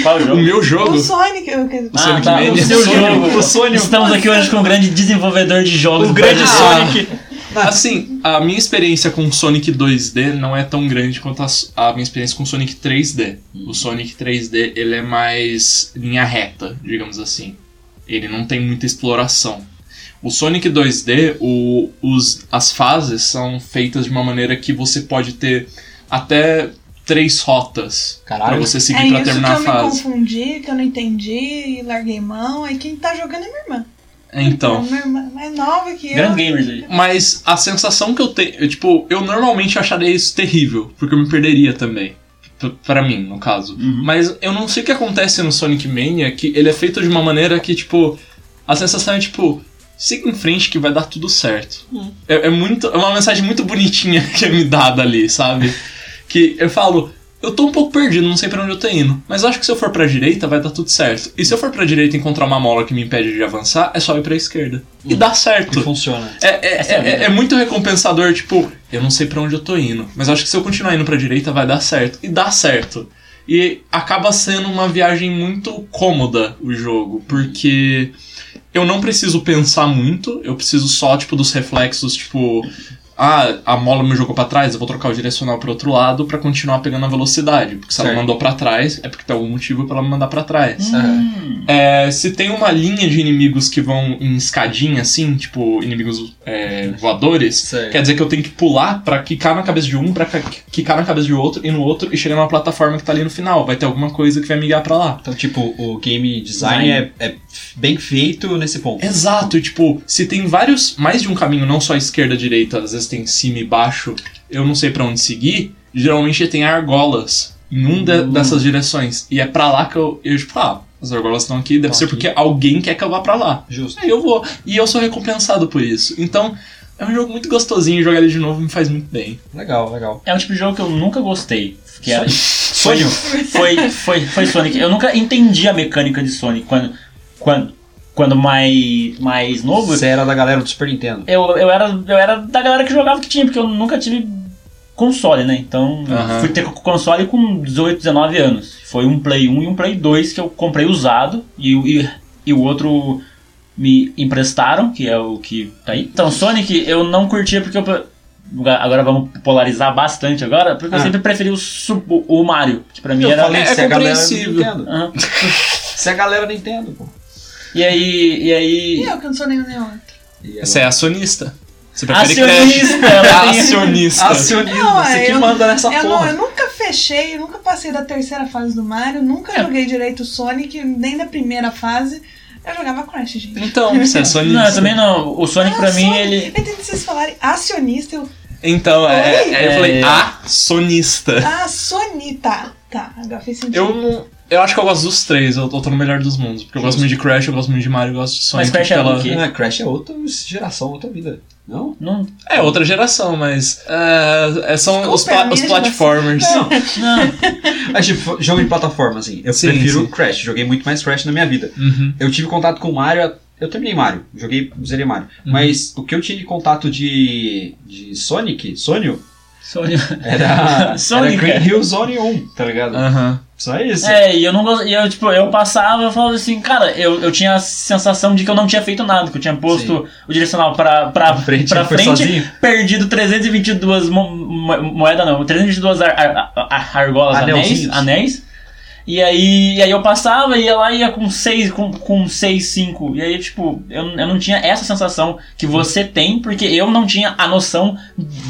Qual o O jogo? meu jogo. O Sonic, É. eu quero dizer. Ah, Sonic tá, Mania. o seu O Sonic- jogo. o Sonic- Estamos aqui hoje com o grande desenvolvedor de jogos. O grande brasileiro. Sonic. Assim, a minha experiência com Sonic 2D não é tão grande quanto a, s- a minha experiência com Sonic 3D. O Sonic 3D, ele é mais linha reta, digamos assim. Ele não tem muita exploração. O Sonic 2D, o- os, as fases são feitas de uma maneira que você pode ter até três rotas pra Caralho. você seguir é pra isso terminar a que eu me fase. confundi, que eu não entendi, e larguei mão. Aí quem tá jogando é minha irmã. Então. Minha irmã é nova que eu. Grande gamers aí. Mas a sensação que eu tenho. eu, Tipo, eu normalmente acharia isso terrível, porque eu me perderia também. P- Pra mim, no caso. Mas eu não sei o que acontece no Sonic Mania, que ele é feito de uma maneira que, tipo, a sensação é tipo. Siga em frente que vai dar tudo certo. É, é muito, é uma mensagem muito bonitinha que é me dada ali, sabe? Que eu falo, eu tô um pouco perdido, não sei pra onde eu tô indo. Mas eu acho que se eu for pra direita, vai dar tudo certo. E se eu for pra direita e encontrar uma mola que me impede de avançar, é só ir pra esquerda. E dá certo. Que funciona. É, é, Essa é a é- vida. é muito recompensador, tipo, eu não sei pra onde eu tô indo, mas acho que se eu continuar indo pra direita vai dar certo. E dá certo. E acaba sendo uma viagem muito cômoda o jogo, porque eu não preciso pensar muito, eu preciso só, tipo, dos reflexos, tipo, ah, a mola me jogou pra trás, eu vou trocar o direcional pro outro lado pra continuar pegando a velocidade, porque se ela Certo. mandou pra trás, é porque tem algum motivo pra ela me mandar pra trás. Aham. É, se tem uma linha de inimigos que vão em escadinha, assim, tipo, inimigos é, voadores, Sei. quer dizer que eu tenho que pular pra quicar na cabeça de um, pra ca- quicar na cabeça de outro e no outro e chegar numa plataforma que tá ali no final. Vai ter alguma coisa que vai me guiar pra lá. Então, tipo, o game design é, é bem feito nesse ponto. Exato, e, tipo, se tem vários, mais de um caminho, não só esquerda, direita, às vezes tem cima e baixo, eu não sei pra onde seguir, geralmente tem argolas em um Uh. de- dessas direções. E é pra lá que eu, eu tipo, ah, as argolas estão aqui, deve Tão Tá ser aqui. porque alguém quer que eu vá pra lá. Justo. Aí É, eu vou. E eu sou recompensado por isso. Então, é um jogo muito gostosinho. Jogar ele de novo me faz muito bem. Legal, legal. É um tipo de jogo que eu nunca gostei. Que era, Sonho. foi, foi, foi Sonic. Eu nunca entendi a mecânica de Sonic quando, quando, quando mais, mais novo. Você era da galera do Super Nintendo. Eu, eu, era, eu era da galera que jogava que tinha, porque eu nunca tive console, né? Então Aham. fui ter console com 18, 19 anos. Foi um Play 1 e um Play 2 que eu comprei usado e, o- e, e o outro me emprestaram, que é o que tá aí. Então Sonic eu não curtia porque eu. Agora vamos polarizar bastante agora, porque eu Ah. sempre preferi o, Su- o- o Mario, que pra mim Eu era. falei é que você é a galera do compreensível. Nintendo. Aham. Você é a galera do Nintendo, pô. E aí. E aí. E eu que não sou nenhum nem outro. E Você é acionista. Você prefere Crash? Acionista, ela tem- Acionista. Acionismo, Não, você é, que eu- manda nessa Eu, não, porra. eu nunca fechei, eu nunca passei da terceira fase do Mario, nunca É. joguei direito o Sonic, nem da primeira fase. Eu jogava Crash, gente. Ah, Então, você é acionista. Não, eu também não. O Sonic pra mim, ele. Eu entendi vocês falarem acionista, eu. Então, é, Oi? é, eu falei É. acionista. Ah, Sonita. Tá, agora fez sentido. Eu não. Eu acho que eu gosto dos três, eu tô, eu tô no melhor dos mundos. Porque eu gosto muito de Crash, eu gosto muito de Mario, eu gosto de Sonic. Crash um era do quê? Ah, Crash é outra geração, outra vida. Não? Não, É outra geração, mas. é, é, são Desculpa, os, pla- é a minha os platformers. Não. não. Mas, tipo, jogo de plataforma, assim. Eu Sim, prefiro sim. Crash. Joguei muito mais Crash na minha vida. Uhum. Eu tive contato com Mario. Eu terminei Mario. Joguei, zerei Mario. Uhum. Mas o que eu tinha de contato de, de Sonic, Sonio, Sonic. era, Sonic, era Green cara. Hill Zone 1, tá ligado? Aham. Só isso. É, e eu não gosto. E eu, tipo, eu passava e falava assim, cara, eu, eu tinha a sensação de que eu não tinha feito nada, que eu tinha posto o direcional pra, pra, Pra frente, pra foi frente sozinho. perdido 322 mo mo- moeda não, 322 ar ar ar- argolas, anéis, Anelzinhos. anéis. E aí, e aí eu passava e ia lá e ia com 6, com, com 6, 5. E aí, tipo, eu, eu não tinha essa sensação que você tem, porque eu não tinha a noção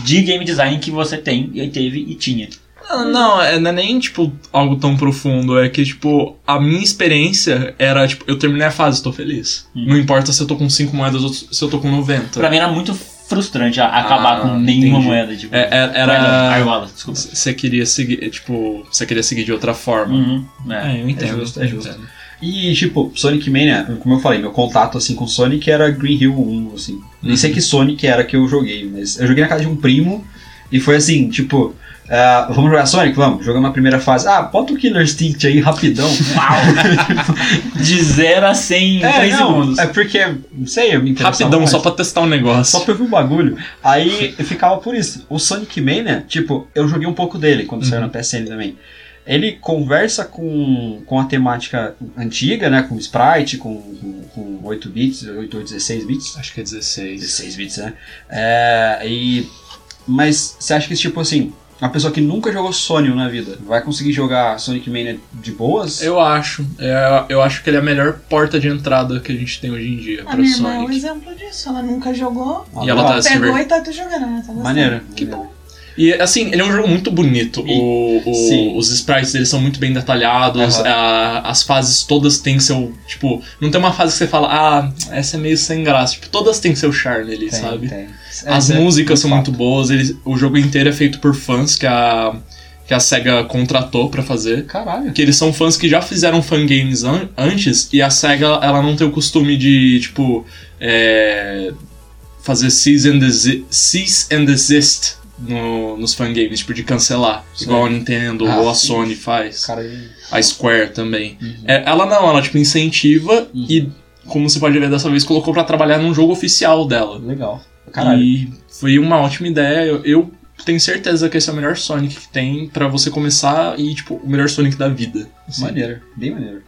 de game design que você tem, e teve e tinha. Ah, Não, é, não é nem, tipo, algo tão profundo. É que, tipo, a minha experiência era, tipo, eu terminei a fase, tô feliz. Hum. Uhum. Não importa se eu tô com 5 moedas ou se eu tô com 90. Pra mim era muito frustrante a- acabar Ah, com nenhuma entendi. moeda, tipo. É, é- Moeda, era. argola, desculpa. Você queria seguir, é, tipo, você queria seguir de outra forma. Hum. Uhum, é. É, eu entendo. É justo, é eu justo. entendo. E, tipo, Sonic Mania, como eu falei, meu contato, assim, com Sonic era Green Hill 1, assim. Nem sei que Sonic era que eu joguei, mas eu joguei na casa de um primo e foi assim, tipo... ah, vamos jogar Sonic? Vamos. Jogamos a primeira fase. Ah, bota o Killer Instinct aí, rapidão. De 0 a 100 em 3 não, segundos. É porque, não sei, eu me interessava Rapidão, mais. só pra testar um negócio. Só pra eu ver o bagulho. Aí eu ficava por isso. O Sonic Mania, tipo, eu joguei um pouco dele quando saiu Uhum. na PSN também. Ele conversa com, com a temática antiga, né? Com sprite, com, com, com 8 bits, 8 ou 16 bits. Acho que é 16. 16 bits, né? É, e, mas você acha que, tipo assim, uma pessoa que nunca jogou Sonic na vida vai conseguir jogar Sonic Mania de boas? Eu acho. É, eu acho que ele é a melhor porta de entrada que a gente tem hoje em dia A pra minha irmã é um Sonic. exemplo disso. Ela nunca jogou, E ela tá se pegou divertindo. e tá jogando. Ela tá gostando. Maneiro. Que maneiro. bom. E assim, ele é um jogo muito bonito. E- O- o- Sim. os sprites dele são muito bem detalhados. Aham. a- as fases todas têm seu. Tipo, não tem uma fase que você fala, ah, essa é meio sem graça. Tipo, todas têm seu charme ali, Tem, sabe? tem. As É, é- músicas são fato. muito boas. ele- o jogo inteiro é feito por fãs que a, que a SEGA contratou pra fazer. Caralho. Que eles são fãs que já fizeram fangames an antes e a SEGA ela não tem o costume de, tipo, é, fazer cease and, desi- cease and desist no, nos fangames, tipo, de cancelar. Sim. Igual a Nintendo Ah, ou a sim. Sony faz, Caralho. a Square também. Uhum. É, ela não, ela, tipo, incentiva Uhum. e, como você pode ver dessa vez, colocou pra trabalhar num jogo oficial dela. Legal. Caralho. E foi uma ótima ideia. Eu, eu tenho certeza que esse é o melhor Sonic que tem pra você começar e, tipo, o melhor Sonic da vida. assim. Maneiro, bem maneiro.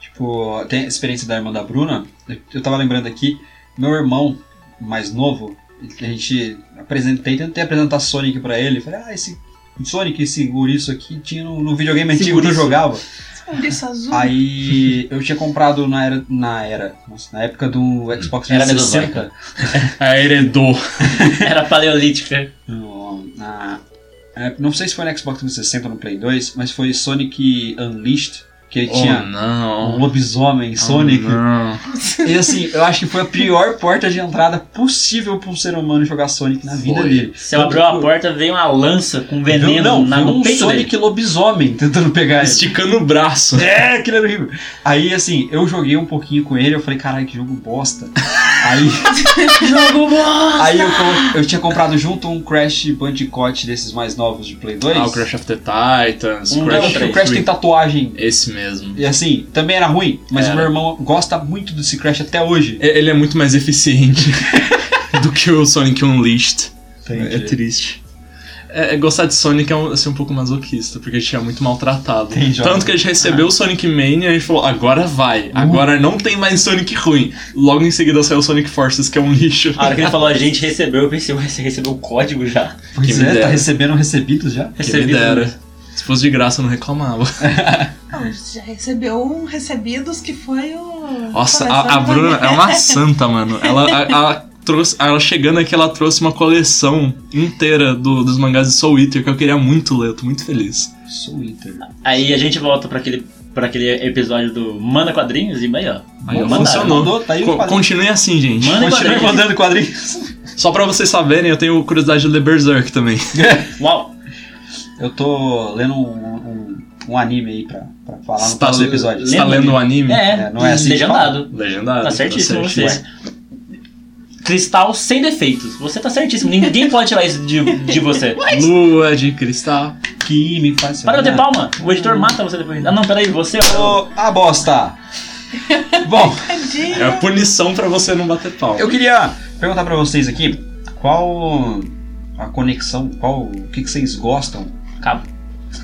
Tipo, tem a experiência da irmã da Bruna. Eu- Eu tava lembrando aqui, meu irmão mais novo, a gente apresentei, tentei apresentar Sonic pra ele. Falei, ah, esse Sonic, esse guriço aqui, tinha no, no videogame Esse antigo que eu guriço. jogava. Um bicho azul. Aí eu tinha comprado na era. Na, era, nossa, na época do Xbox Era 360. A Heredou. Era é. paleolítica. no- na- é, não sei se foi no Xbox 360 ou no Play 2, mas foi Sonic Unleashed, que ele Oh, tinha não. um lobisomem, Sonic. Oh, não. E assim, eu acho que foi a pior porta de entrada possível pra um ser humano jogar Sonic na vida Foi. dele. Você abriu a porta, veio uma lança com veneno tipo- Viu? Não, na, viu no um peito Sonic dele. lobisomem tentando pegar ele. Esticando o braço. É, aquilo era horrível. Aí, assim, eu joguei um pouquinho com ele, eu falei, caralho, que jogo bosta. Aí, Jogo bom! aí eu, colo- eu tinha comprado junto um Crash Bandicoot desses mais novos de Play 2. Ah, o Crash é of the Titans, Um, Não, Crash, o três, Crash tem tatuagem. Esse mesmo. E assim, também era ruim, mas Era. o meu irmão gosta muito desse Crash até hoje. E- Ele é muito mais eficiente do que o Sonic Unleashed. É Entendi. triste. É, é, gostar de Sonic é um, assim, um pouco masoquista, porque a gente é muito maltratado. Entendi. Tanto que a gente recebeu Ah. o Sonic Mania e a gente falou, agora Uh. vai, agora não tem mais Sonic ruim. Logo em seguida saiu o Sonic Forces, que é um lixo. Ah. A hora que ele falou, a gente recebeu, eu pensei, ué, você recebeu o código já? Pois Que me é, tá dera. recebendo recebidos já? que me Recebi tudo. dera. Se fosse de graça, eu não reclamava. Ah, mas já recebeu um recebidos que foi o. Nossa, Começando a, a Bruna é uma santa, mano. Ela, a, a- trouxe. Ela chegando aqui, ela trouxe uma coleção inteira do- dos mangás de Soul Eater que eu queria muito ler, eu tô muito feliz. Sou Inter. Aí a gente volta pra aquele, pra aquele episódio do Manda Quadrinhos e aí, ó. Aí, ó, mandaram. funcionou. Mandou, tá aí o Co- quadrinho. continue assim, gente. Manda Continue quadrinhos. mandando quadrinhos. Só pra vocês saberem, eu tenho curiosidade de ler Berserk também. Uau! Eu tô lendo um, um, um anime aí pra, pra falar no Você tá próximo le- episódio. Você tá Lembra? lendo o anime? É, não é assim que legendado. Legendário. Tá certíssimo você. certíssimo. Cristal sem defeitos. Você tá certíssimo. Ninguém pode tirar isso de, de você. Lua de cristal. Que me faz Para de sonhar. bater palma. O editor mata você depois. Ah, não, peraí. Você... Ô, a Ah, bosta. Bom, É a punição pra você não bater pau. eu queria perguntar pra vocês aqui qual a conexão, qual o que, que vocês gostam? Cabo.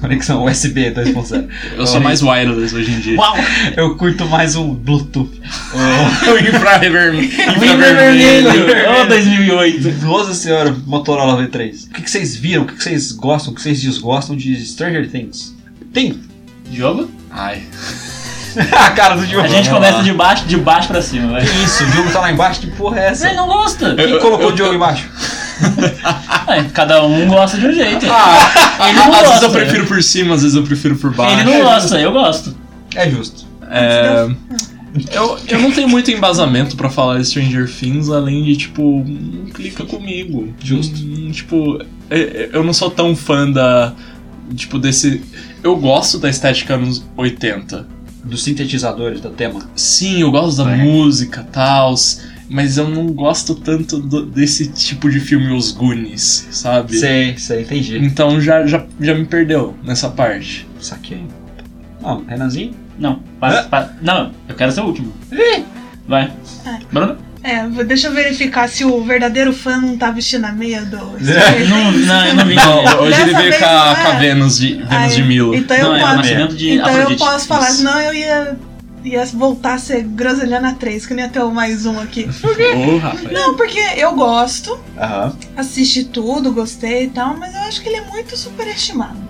Conexão USB 2.0. Eu sou mais wireless hoje em dia. Uau! Eu curto mais um Bluetooth. O infravermelho. Ô, 2008. Nossa senhora, Motorola V3. O que, que vocês viram? O que, que vocês gostam? O que vocês desgostam de Stranger Things? Tem. Jogo? Ai. a cara do Diogo. A gente Vamos começa lá. de baixo, de baixo pra cima, vai. Que Isso, o Diogo tá lá embaixo. Que porra é Você essa? não gosta. Quem colocou o Diogo embaixo? É, cada um gosta de um jeito. Ele não Às vezes gosta. eu prefiro por cima, às vezes eu prefiro por baixo. Ele não gosta, eu gosto. É justo. É, eu, eu não tenho muito embasamento pra falar de Stranger Things, além de, tipo, não clica comigo. Justo. Hum, tipo, é- é- eu não sou tão fã da. Tipo, desse. Eu gosto da estética anos 80. Dos sintetizadores do tema. Sim, eu gosto da É. música tals, mas eu não gosto tanto do- desse tipo de filme, Os Goonies, sabe? Sei, sei, entendi. Então já, já, já me perdeu nessa parte. Saquei. Não, Renanzinho? Não, para, para. Não, eu quero ser o último. Vai. Bruno? É, vou- deixa eu verificar se o verdadeiro fã não tá vestindo a meia do. É, Não, não, eu não vi. Não, Então, hoje Dessa ele veio vez com a, não é. com a Vênus de, Vênus Ai, de Milo. Então não, eu é o posso. nascimento de então eu Afrodite. posso falar, Isso. senão eu ia, ia voltar a ser Groselhana 3, que nem até o mais um aqui. Ô, Rafael. Não, porque eu gosto, Aham. assisti tudo, gostei e tal, mas eu acho que ele é muito superestimado.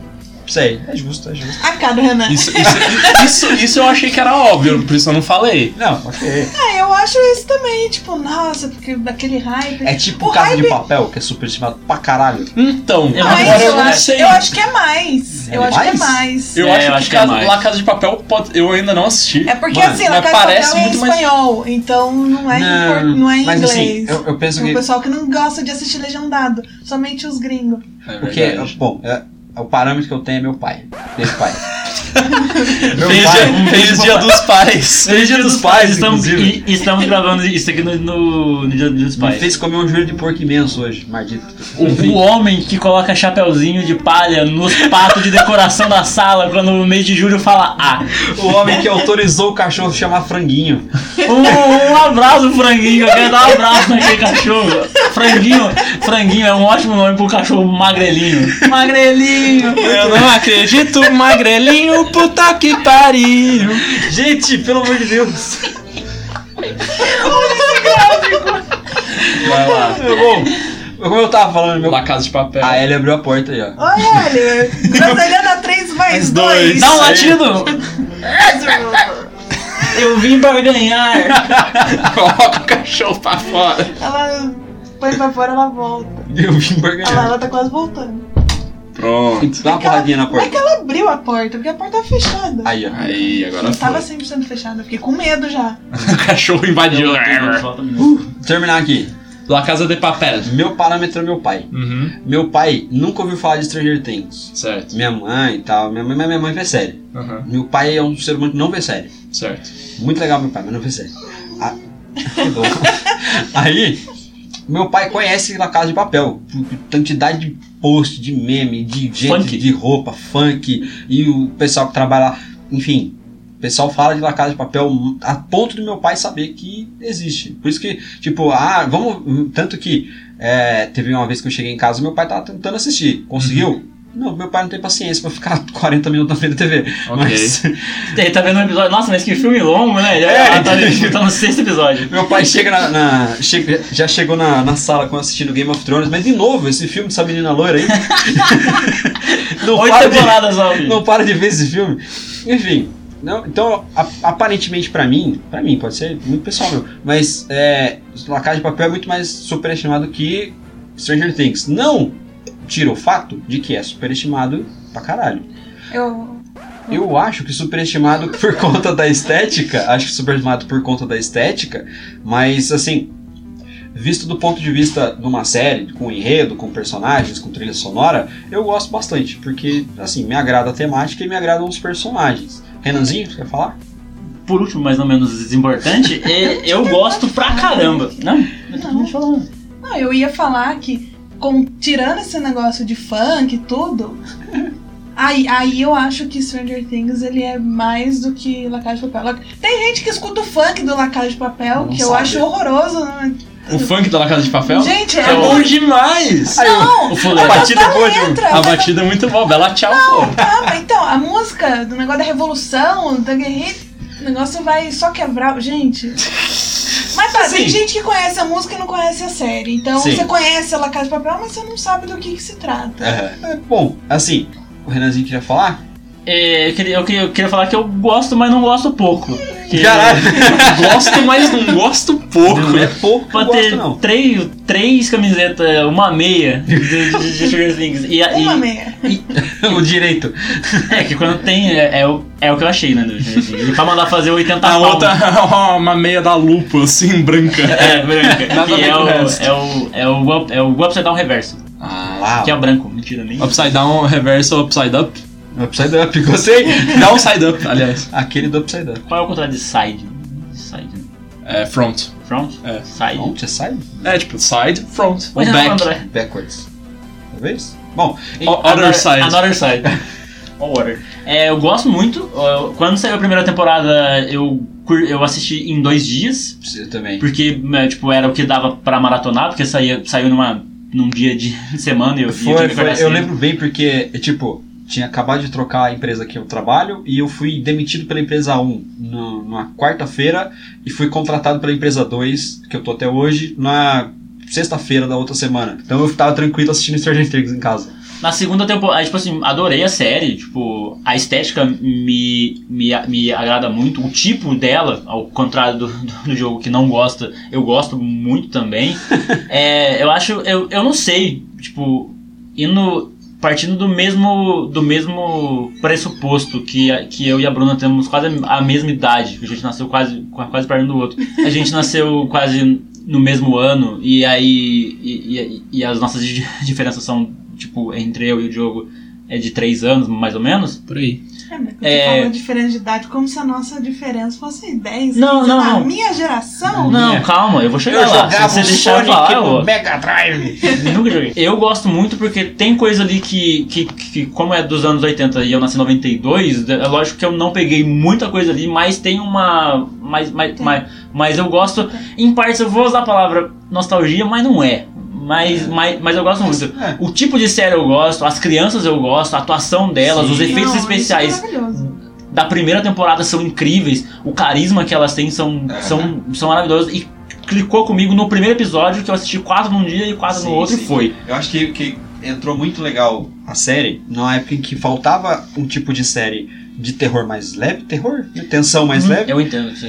Sei, é justo, é justo. A cara, Renan. Isso, isso, isso, isso eu achei que era óbvio, por isso eu não falei. Não, ok. Ah, eu acho isso também, tipo, nossa, porque aquele hype. É tipo O o caso de hype- papel, que é superestimado pra caralho. Então, Eu Mas agora eu eu, não acho, sei. eu acho que é mais. É eu acho que é mais? mais. Eu É, acho eu que, acho que é casa, mais. lá Casa de Papel pode- eu ainda não assisti. É porque Mano, assim, La mas Casa de parece Papel é em muito mais- espanhol, então não é, em, por- não é em mas inglês. assim, eu, eu penso É um que. pessoal que não gosta de assistir legendado, somente os gringos. É Porque, verdade. bom, é- o parâmetro que eu tenho é meu pai. Meu pai. meu Feliz pai. é um dia, feliz dia dos pais. Feliz dia dos pais, estamos, inclusive. e- estamos gravando isso aqui no, no, no Dia dos Me Pais. fez comer um joelho de porco imenso hoje, maldito. O, o homem que coloca chapéuzinho de palha nos patos de decoração da sala quando o mês de julho fala "Ah, A. O homem que autorizou o cachorro a chamar franguinho. Um, um abraço, franguinho. Eu quero dar um abraço naquele cachorro. Franguinho, franguinho é um ótimo nome pro cachorro magrelinho. Magrelinho! Eu não acredito, magrelinho, puta que pariu. Gente, pelo amor de Deus. Vai lá. bom, como eu tava falando, meu. Lá Casa de Papel. Ah, é. A Ellie abriu a porta aí, ó. Olha, ele, Groselhana 3 mais Mais dois. 2. Dá um latido! Eu vim pra ganhar! Coloca o cachorro pra fora. Ela põe pra fora, ela volta. Eu vim pra Olha lá, ganhar. ela tá quase voltando. Pronto. Dá uma porradinha na Como é que porta. ela abriu a porta? Porque a porta é fechada. Aí, ó. Aí, agora Não tava foi. 100% fechada, eu fiquei com medo já. O cachorro invadiu. um Terminar aqui. La Casa de Papel. Meu parâmetro é meu pai. Uhum, Meu pai nunca ouviu falar de Stranger Things. certo. Minha mãe e tal. Minha mãe, mas minha mãe vê série. Uhum, Meu pai é um ser humano que não vê série. certo. Muito legal meu pai, mas não vê série. A- Aí, meu pai conhece La Casa de Papel. Quantidade de post, de meme, de gente, Funk. de roupa, funk. E o pessoal que trabalha lá. Enfim, o pessoal fala de La Casa de Papel a ponto do meu pai saber que existe. Por isso que, tipo, ah, vamos... Tanto que é, teve uma vez que eu cheguei em casa, meu pai tava tentando assistir. Conseguiu? Não, meu pai não tem paciência pra ficar 40 minutos na frente da TV. Ok. Mas... Ele tá vendo um episódio. Nossa, mas que filme longo, né? Ele É. ela tá, tá no sexto episódio. Meu pai chega na. na- chega- já chegou na, na sala quando assistindo Game of Thrones, mas de novo esse filme dessa menina loira aí. não, Oito para de, temporadas, ó. não para de ver esse filme. Enfim, Não, então, a- aparentemente pra mim, pra mim, pode ser muito pessoal meu, mas é, La Casa de Papel é muito mais superestimado que Stranger Things. Não tira o fato de que é superestimado pra caralho. Eu. Eu acho que superestimado por conta da estética, acho que superestimado por conta da estética, mas assim, visto do ponto de vista de uma série, com um enredo, com personagens, com trilha sonora, eu gosto bastante, porque assim, me agrada a temática e me agradam os personagens. Renanzinho, você quer falar? Por último, mas não menos desimportante, é, eu gosto pra caramba. Não, eu tô Não. falando. Não, eu ia falar que, com- tirando esse negócio de funk e tudo, aí, aí eu acho que Stranger Things ele é mais do que La Casa de Papel. La- Tem gente que escuta o funk do La Casa de Papel, Não que eu sabe. acho horroroso. né? O funk da La Casa de Papel? Gente, é É bom muito. demais! Não, O a fuleiro. batida é boa, Papel entra. A batida é muito boa, bela tchau, pô. Ah, então, a música do negócio da revolução, da guerrilha, o negócio vai só quebrar. Gente. Mas tá, Sim. tem gente que conhece a música e não conhece a série. Então Sim. você conhece a La Casa de Papel, mas você não sabe do que, que se trata. É, bom, assim, o Renanzinho queria falar? É, eu, queria, eu, queria, eu queria falar que eu gosto, mas não gosto pouco. Que- Gosto, mas não gosto pouco. Não é pouco que eu Pra ter gosto, não. três, três camisetas, uma meia de, de, de Stranger Things. E, É, a- e- Uma meia. o direito. É, que quando tem, é, é, o, é o que eu achei, né? Do Stranger Things. E pra mandar fazer 80 A palmas. outra, é uma meia da lupa, assim, branca. É, branca. Nada a que ver é com o, o resto. é o. É o. up- É o Upside Down Reverso. Uau. Que é o branco. Mentira, nem. Upside down, reverso, upside up. Upside Up, gostei. um Downside up, aliás. Aquele do Upside Up. Qual é o contrário de side? Side. né? É front. Front? É. Side. Não, você sai É tipo side, front. Ou Mas não, back. é, André. backwards. Talvez? Bom, em- O- Other Another- side. Another side. All water. É, eu gosto muito. Eu- Quando saiu a primeira temporada, eu, cur- eu assisti em dois dias. eu também. Porque, né, tipo, era o que dava pra maratonar, porque saía, saiu numa, num dia de semana e eu, e eu assim. Foi, tinha que foi, acordar eu cedo. lembro bem porque, é, tipo, tinha acabado de trocar a empresa que eu trabalho e eu fui demitido pela empresa 1 no, na quarta-feira e fui contratado pela empresa 2, que eu tô até hoje, na sexta-feira da outra semana. Então eu tava tranquilo assistindo Stranger Things em casa. Na segunda temporada, tipo assim, adorei a série. Tipo, a estética me, me, me agrada muito. O tipo dela, ao contrário do, do, do jogo que não gosta, eu gosto muito também. É, eu acho, eu, eu não sei, tipo, indo. Partindo do mesmo, do mesmo pressuposto que, a- que eu e a Bruna temos quase a mesma idade, que a gente nasceu quase, quase perto um do outro. A gente nasceu quase no mesmo ano, e aí. E, e- e as nossas di- diferenças são, tipo, entre eu e o Diogo é de 3 anos, mais ou menos. Por aí. É, mas quando É. você falou diferença de idade, como se a nossa diferença fosse 10. Não, quer não, dizer, Na não. minha geração. Não, calma, eu um vou chegar lá. Se você deixar eu falar, eu vou- um Mega Drive. Nunca joguei. Eu gosto muito porque tem coisa ali que, que, que, como é dos anos 80 e eu nasci em 92, é lógico que eu não peguei muita coisa ali, mas tem uma. Mas, mas, Tem. mas, mas eu gosto. Em partes eu vou usar a palavra nostalgia, mas não é. Mas, mas, mas eu gosto muito. É. O tipo de série eu gosto, as crianças eu gosto, a atuação delas, Sim. os efeitos Não, isso é especiais maravilhoso. da primeira temporada são incríveis, o carisma que elas têm são, Aham. são, são maravilhosos e clicou comigo no primeiro episódio que eu assisti quatro num dia e quatro Sim, no outro sim. e foi. Eu acho que, que entrou muito legal a série na época em que faltava um tipo de série de terror mais leve, terror, né? tensão mais Uhum, leve. Eu entendo. sim.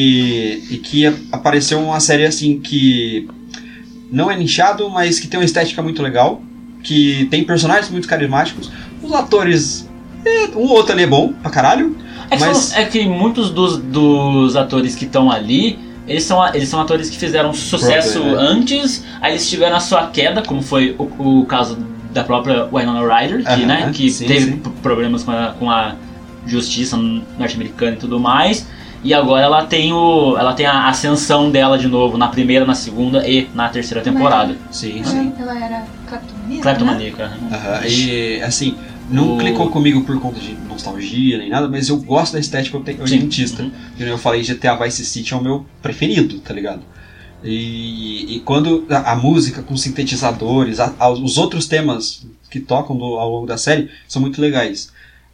E, e que a- apareceu uma série assim que não é nichado, mas que tem uma estética muito legal, que tem personagens muito carismáticos, os atores. é, um ou outro ali é bom pra caralho. É, que mas- são- é que muitos dos, dos atores que estão ali, eles são, a- eles são atores que fizeram sucesso Broadway, antes, aí eles tiveram a sua queda, como foi o, o caso da própria Winona Ryder, que, Aham, né, que sim, teve sim. p- problemas com a, com a justiça norte-americana e tudo mais. E agora ela tem, o, ela tem a ascensão dela de novo na primeira, na segunda e na terceira temporada. Sim, Ela era cleptomaníaca. né? Cleptomaníaca. Ah. Aham, e assim, não O- clicou comigo por conta de nostalgia nem nada, mas eu gosto da estética Sim. oitentista. Uhum. Que nem Eu falei GTA Vice City é o meu preferido, tá ligado? E, e quando a, a música com sintetizadores, a- a- os outros temas que tocam do- ao longo da série são muito legais.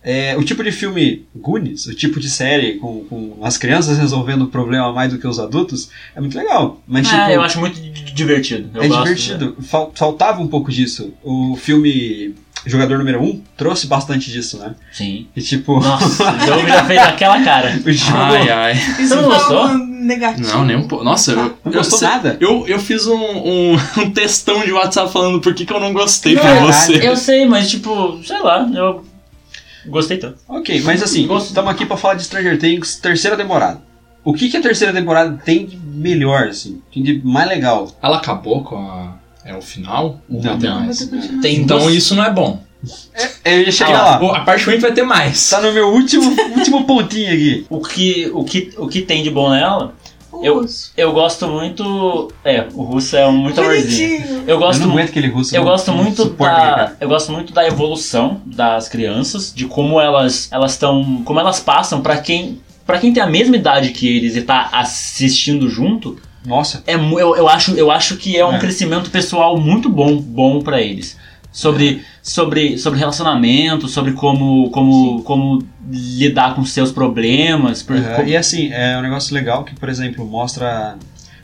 É, o tipo de filme Goonies, o tipo de série com, com as crianças resolvendo o problema mais do que os adultos, é muito legal. Mas, tipo, Ah, eu acho muito di- di- divertido. Eu é gosto, né? divertido. Fal- Faltava um pouco disso. O filme jogador número 1, trouxe bastante disso, né? Sim. E tipo, Nossa, o jogo já fez aquela cara. o jogo Ai, ai. Isso não foi gostou? um negativo. Não, nem um pouco. Nossa, eu, não eu, gostou sei- nada. eu, eu fiz um, um, um textão de WhatsApp falando por que, que eu não gostei pra Caralho. você. é Eu sei, mas tipo, sei lá, eu gostei tanto. Ok, mas assim, Gosto. estamos aqui pra falar de Stranger Things, terceira temporada. O que, que a terceira temporada tem de melhor, assim? Tem de mais legal? Ela acabou com a. É o final? Ou Não, vai ter Não, mais? mas eu continuo. Tem- então isso não é bom. É, eu ia Ah, chegar lá. Pô, A parte ruim é vai ter mais. Tá no meu último, último pontinho aqui. O que, o, que, o que tem de bom nela, O eu- urso. eu gosto muito. É, o russo é um muito amorzinho. Bonitinho. Eu Eu gosto não muito. aguento aquele russo. Eu não- gosto não muito suporto aquele cara. da, eu gosto muito da evolução das crianças, de como elas elas estão, como elas passam pra quem para quem tem a mesma idade que eles e tá assistindo junto, Nossa, é mu- eu, eu acho eu acho que é um É. crescimento pessoal muito bom bom para eles sobre É. sobre sobre relacionamento, sobre como como como lidar com seus problemas, por- Uhum, como- E assim, é um negócio legal que, por exemplo, mostra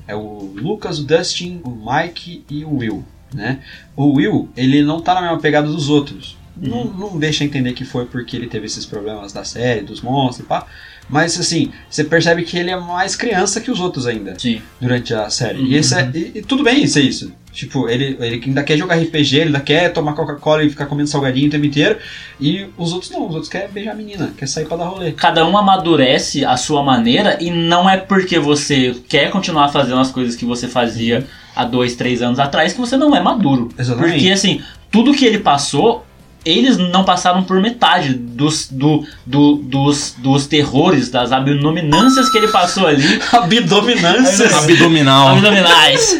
é, o Lucas, o Dustin, o Mike e o Will, né? O Will, ele não tá na mesma pegada dos outros. Uhum. Não, não deixa entender que foi porque ele teve esses problemas da série, dos monstros e pá. Mas assim, você percebe que ele é mais criança que os outros ainda Sim. durante a série. Uhum. E, esse é- e- e tudo bem isso é isso. Tipo, ele, ele ainda quer jogar RPG, ele ainda quer tomar Coca-Cola e ficar comendo salgadinho o tempo inteiro. E os outros não, os outros querem beijar a menina, quer sair pra dar rolê. cada um amadurece a sua maneira e não é porque você quer continuar fazendo as coisas que você fazia há dois, três anos atrás que você não é maduro. Uhum. Exatamente. Porque assim, tudo que ele passou, eles não passaram por metade dos, do, do- dos, dos terrores, das abominâncias que ele passou ali. Abdominâncias. Tá Abdominal. Abdominais!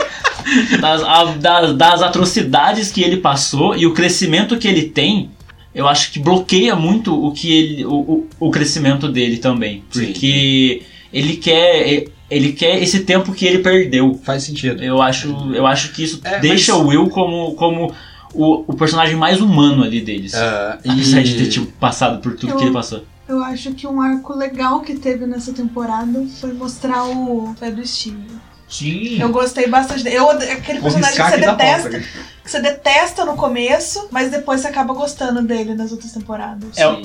Das, a- das, das atrocidades que ele passou e o crescimento que ele tem, eu acho que bloqueia muito o que ele. o, o, o crescimento dele também. Sim. Porque ele quer. Ele quer esse tempo que ele perdeu. Faz sentido. Eu acho, eu acho que isso É, deixa mas- o Will como, como o, o personagem mais humano ali deles. Ah, Apesar de ter tipo, passado por tudo Eu- que ele passou. Eu acho que um arco legal que teve nessa temporada foi mostrar o pé do Steve. Sim. Eu gostei bastante dele. Eu ode- aquele personagem que você riscar aqui da né? detesta, que você detesta no começo, mas depois você acaba gostando dele nas outras temporadas. É,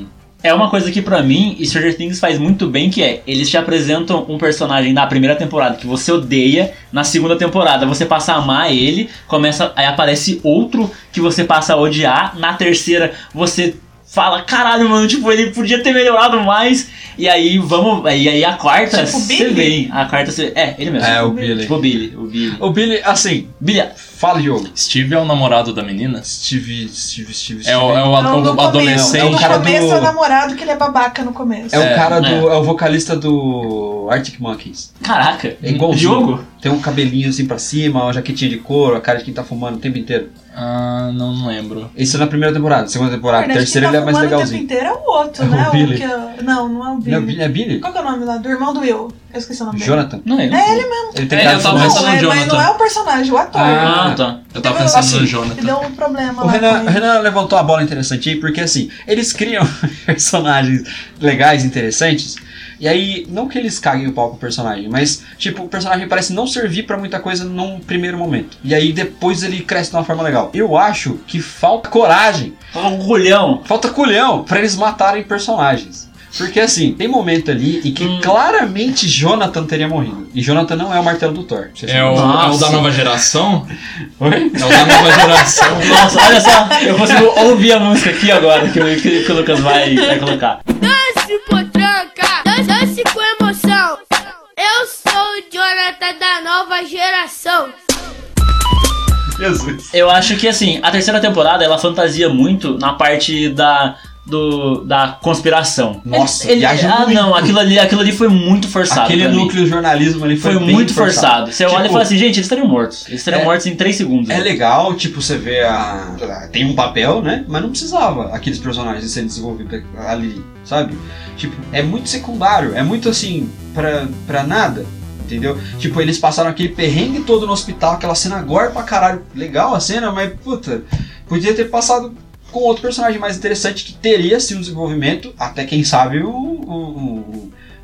É uma coisa que pra mim Stranger Things faz muito bem, que é eles te apresentam um personagem na primeira temporada que você odeia, na segunda temporada você passa a amar ele, começa aí aparece outro que você passa a odiar, na terceira você fala caralho mano, tipo ele podia ter melhorado mais e aí vamos e aí a quarta Tipo você Billy? vem, a quarta você é ele mesmo, É, o Billy. tipo Billy, o Billy, O Billy, assim, Billy fala jogo. Steve é o namorado da menina? Steve, Steve, Steve, Steve. É o, é o Não, ado- no adolescente. Começo, é no o cara começo do- é o namorado que ele é babaca no começo. É o É, cara do. É o vocalista do Arctic Monkeys. caraca, É igualzinho. Hum, Diogo, Tem um cabelinho assim pra cima, uma jaquetinha de couro, a cara de quem tá fumando o tempo inteiro. Ah, não, não lembro. Isso é na primeira temporada, segunda Na temporada. verdade, Terceira quem ele tá é mais fumando legalzinho. O tempo inteiro é o outro, É o né? Billy. que é- Não, não é o Não, é Billy. Billy- é Billy? Qual que é o nome lá? Do irmão do Will. Eu esqueci o nome dele. Jonathan. não é? É ele mesmo. Ele tem É, cara eu de tava fumar. pensando- no é, mas não Jonathan. é o personagem, o ator. Ah, tá. Eu tava Não, pensando assim, no Que Jonathan. deu um problema O lá. Renan, com ele. Renan levantou a bola interessante aí, porque assim, eles criam personagens legais, interessantes, e aí, não que eles caguem o pau pro personagem, mas, tipo, o personagem parece não servir pra muita coisa num primeiro momento. E aí depois ele cresce de uma forma legal. Eu acho que falta coragem Tá um Orgulhão. Falta culhão pra eles matarem personagens. Porque assim, tem momento ali em que Hum. claramente Jonathan teria morrido. E Jonathan não é o martelo do Thor. Vocês É o, é o Nossa. da nova geração? Oi? É o da nova geração. Nossa, olha só, eu consigo ouvir a música aqui agora que, o- que o Lucas vai, vai colocar. Dance potranca, dance com emoção. Eu sou o Jonathan da nova geração. Jesus. Eu acho que assim, a terceira temporada ela fantasia muito na parte da. Do, da conspiração. Nossa, ele, viaja Ah, muito. não, aquilo ali, aquilo ali foi muito forçado. Aquele pra mim. núcleo jornalismo ali foi, foi, bem muito forçado. Você olha e Tipo, fala assim, gente, eles estariam mortos. Eles estariam É- mortos em 3 segundos. É né? legal, tipo, você vê a. a- Tem um papel, né? Mas não precisava aqueles personagens serem desenvolvidos ali, sabe? Tipo, é muito secundário, é muito assim, pra, pra nada, entendeu? Tipo, eles passaram aquele perrengue todo no hospital, aquela cena agora pra caralho. Legal a cena, mas puta, podia ter passado com outro personagem mais interessante que teria sim um desenvolvimento, até quem sabe um. um-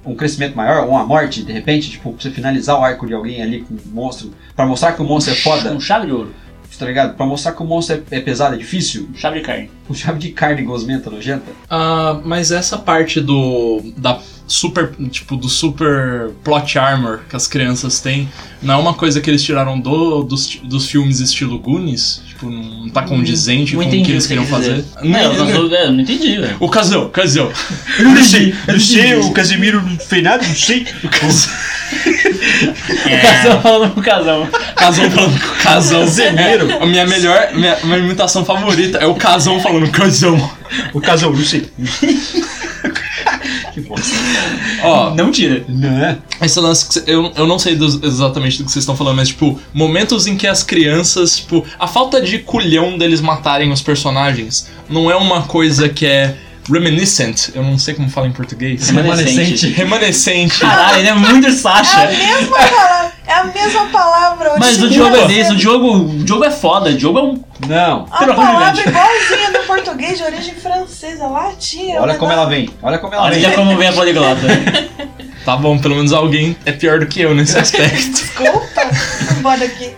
um- um crescimento maior, ou uma morte, de repente, tipo, você finalizar o arco de alguém ali com um monstro, pra mostrar que o monstro é foda. Um chave de ouro. tá ligado? Pra mostrar que o monstro é, é pesado, é difícil. Chave de carne. Um chave de carne gosmenta, nojenta. Ah, mas essa parte do. da super. tipo, do super plot armor que as crianças têm, não é uma coisa que eles tiraram do, dos, dos filmes estilo Goonies? Tipo, não tá condizente Não com o Hum, entendi que o eles que queriam você quis fazer. dizer. É, eu, não- eu não entendi, velho. O Casão, Casão. Eu não sei, eu não sei, o Casimiro não fez nada, não sei. É. O casal falando pro casal. Casão falando com Casão. É, a minha melhor. Minha, minha imitação favorita é o Casão falando Casão. O casal, não sei. Ó, Não tira. Não é? Esse lance que cê- eu, eu não sei dos- exatamente do que vocês estão falando, mas, tipo, momentos em que as crianças, tipo, a falta de culhão deles matarem os personagens não é uma coisa que é reminiscent, eu não sei como fala em português. Remanescente. Remanescente. Caralho, ele é muito É a Sasha. mesma palavra. É a mesma palavra. Mas o tipo, Diogo é você- desse, o Diogo, o Diogo é foda, o Diogo é um. Não. A Pelo amor de palavra Deus. igualzinha do português de origem francesa, é um latina. Olha mas como não- ela vem, olha como ela Olha vem. já como vem a poliglota. Tá bom, pelo menos alguém é pior do que eu nesse aspecto. Desculpa, embora aqui.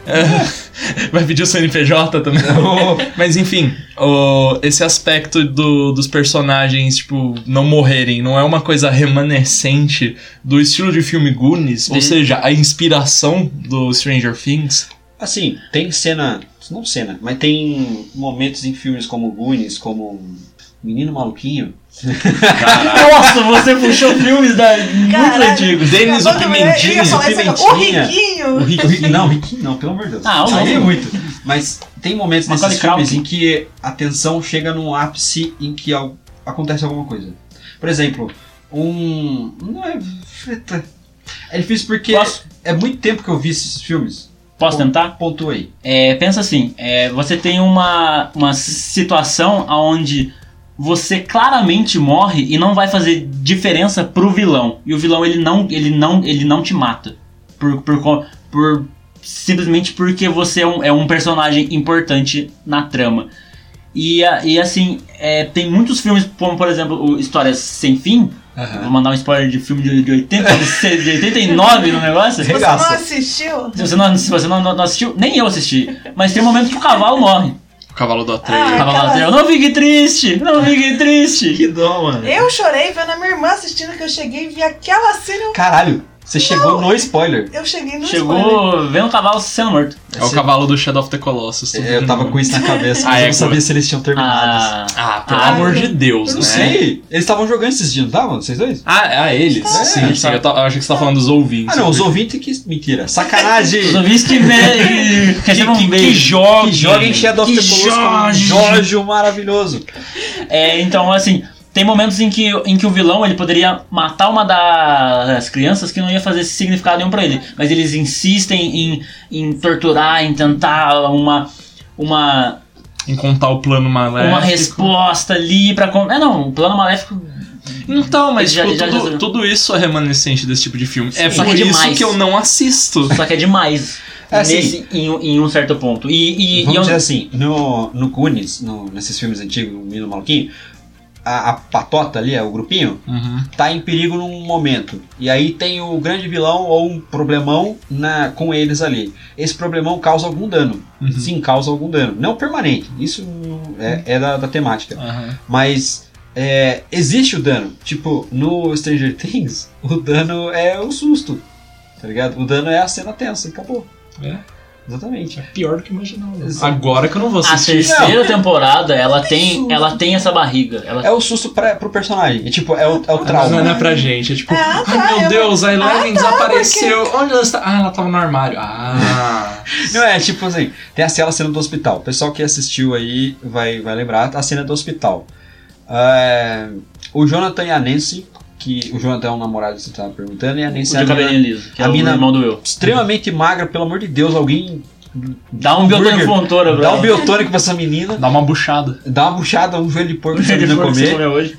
Vai pedir o CNPJ também. Mas enfim, o- esse aspecto do- dos personagens, tipo, não morrerem, não é uma coisa remanescente do estilo de filme Goonies, ou De- seja, a inspiração do Stranger Things. Assim, tem cena, não cena, mas tem momentos em filmes como Goonies, como Menino Maluquinho. Nossa, você puxou filmes da muitos Caralho. antigos. Denis o Quando é, eu ia Pimentinha. falar isso agora, O Pimentinha. riquinho. O Rick, o Rick- não, o Rick não, pelo amor de Deus. Ah, o Aí é louco. muito. Mas tem momentos Macaulay nesses filmes Culkin. em que a tensão chega num ápice em que al- acontece alguma coisa. Por exemplo, um. Não é. puta. É difícil porque Posso? é muito tempo que eu vi esses filmes. Posso tentar? Pontuei. É, pensa assim, é, você tem uma, uma situação onde você claramente morre e não vai fazer diferença pro vilão. E o vilão ele não, ele não, ele não te mata. Por, por, co- por- simplesmente porque você é um, é um personagem importante na trama. E, a- e assim, é, tem muitos filmes, como por exemplo, o Histórias Sem Fim. Vou mandar um spoiler de filme de, de 80, de 89 no negócio. Você não Regaça. assistiu? Se você não, se você não, não- não assistiu, nem eu assisti. Mas tem um momento que o cavalo morre. O cavalo da O Atreia. cavalo Aquela- atrás, eu não fique triste, não fique triste. dó, mano. Eu chorei vendo a minha irmã assistindo que eu cheguei e vi aquela cena. eu- Caralho, você chegou no spoiler. Eu cheguei no spoiler. Chegou vendo o cavalo sendo morto. É o cavalo do Shadow of the Colossus. tudo É, Eu tava com isso na cabeça, mas Ah, eu é, não sabia se eles tinham terminado. Ah, Ah, pelo Ah, amor eu- de Deus, Eu né? não sei. Eles estavam jogando esses dias, não estavam? Vocês dois? Ah, ah, eles? É, sim, sim. Eu, ta- eu achei que você tá falando dos ouvintes. Ah, não, os ouvintes que. Mentira. Sacanagem! os ouvintes que vê. Que, que, recebam um que, que beijo. joguem. que joga em Shadow of the Que Colossus com um Jorge. Jorge maravilhoso. É, então, assim, tem momentos em que, em que o vilão ele poderia matar uma das crianças que não ia fazer significado nenhum pra ele. Mas eles insistem em, em torturar, em tentar uma. Uma, Em contar o plano maléfico. uma resposta ali pra. con- É, não, o plano maléfico Então, mas Já- tipo, já- tudo, já- tudo isso é remanescente desse tipo de filme. É Sim. por É isso demais. que eu não assisto. Só que é demais. É assim. nesse, em, um- em um certo ponto. E, e, é um, e Vamos eu- dizer assim, no, no Goonies, no- nesses filmes antigos, o Menino Maluquinho, a, a patota ali, é o grupinho, Uhum. tá em perigo num momento. E aí tem o grande vilão ou um problemão na, com eles ali. Esse problemão causa algum dano. Uhum. Sim, causa algum dano. Não permanente, isso é, é da, da temática. Aham. Mas é, existe o dano. Tipo, no Stranger Things, o dano é o susto. Tá ligado? O dano é a cena tensa e acabou. É. Exatamente. Pior do que né? imaginava. Exato. Agora que eu não vou assim, a assistir. terceira temporada, ela tem, absurdo. ela tem essa barriga. Ela um É o susto pra, pro personagem. É tipo, é o, é o Não, trauma. não é pra gente, é tipo, Ah, tá, ai meu eu- Deus, a Eleven Ah, tá, desapareceu. Onde ela está? Ah, ela tava no armário. Ah. Não é, tipo assim, tem a cena, a cena do hospital. O pessoal que assistiu aí vai, vai lembrar a cena do hospital. É, o Jonathan e a Nancy, que o Jonathan é um namorado que você tava perguntando, e a o Nancy é a de mina cabelinho liso, que é a o mina- irmão do Will. extremamente magra, pelo amor de Deus, alguém Dá um Hambúrguer. biotônico fontora, dá um biotônico pra essa menina, Dá uma buchada. dá uma buchada, um joelho de porco pra essa que menina você comer. comeu hoje.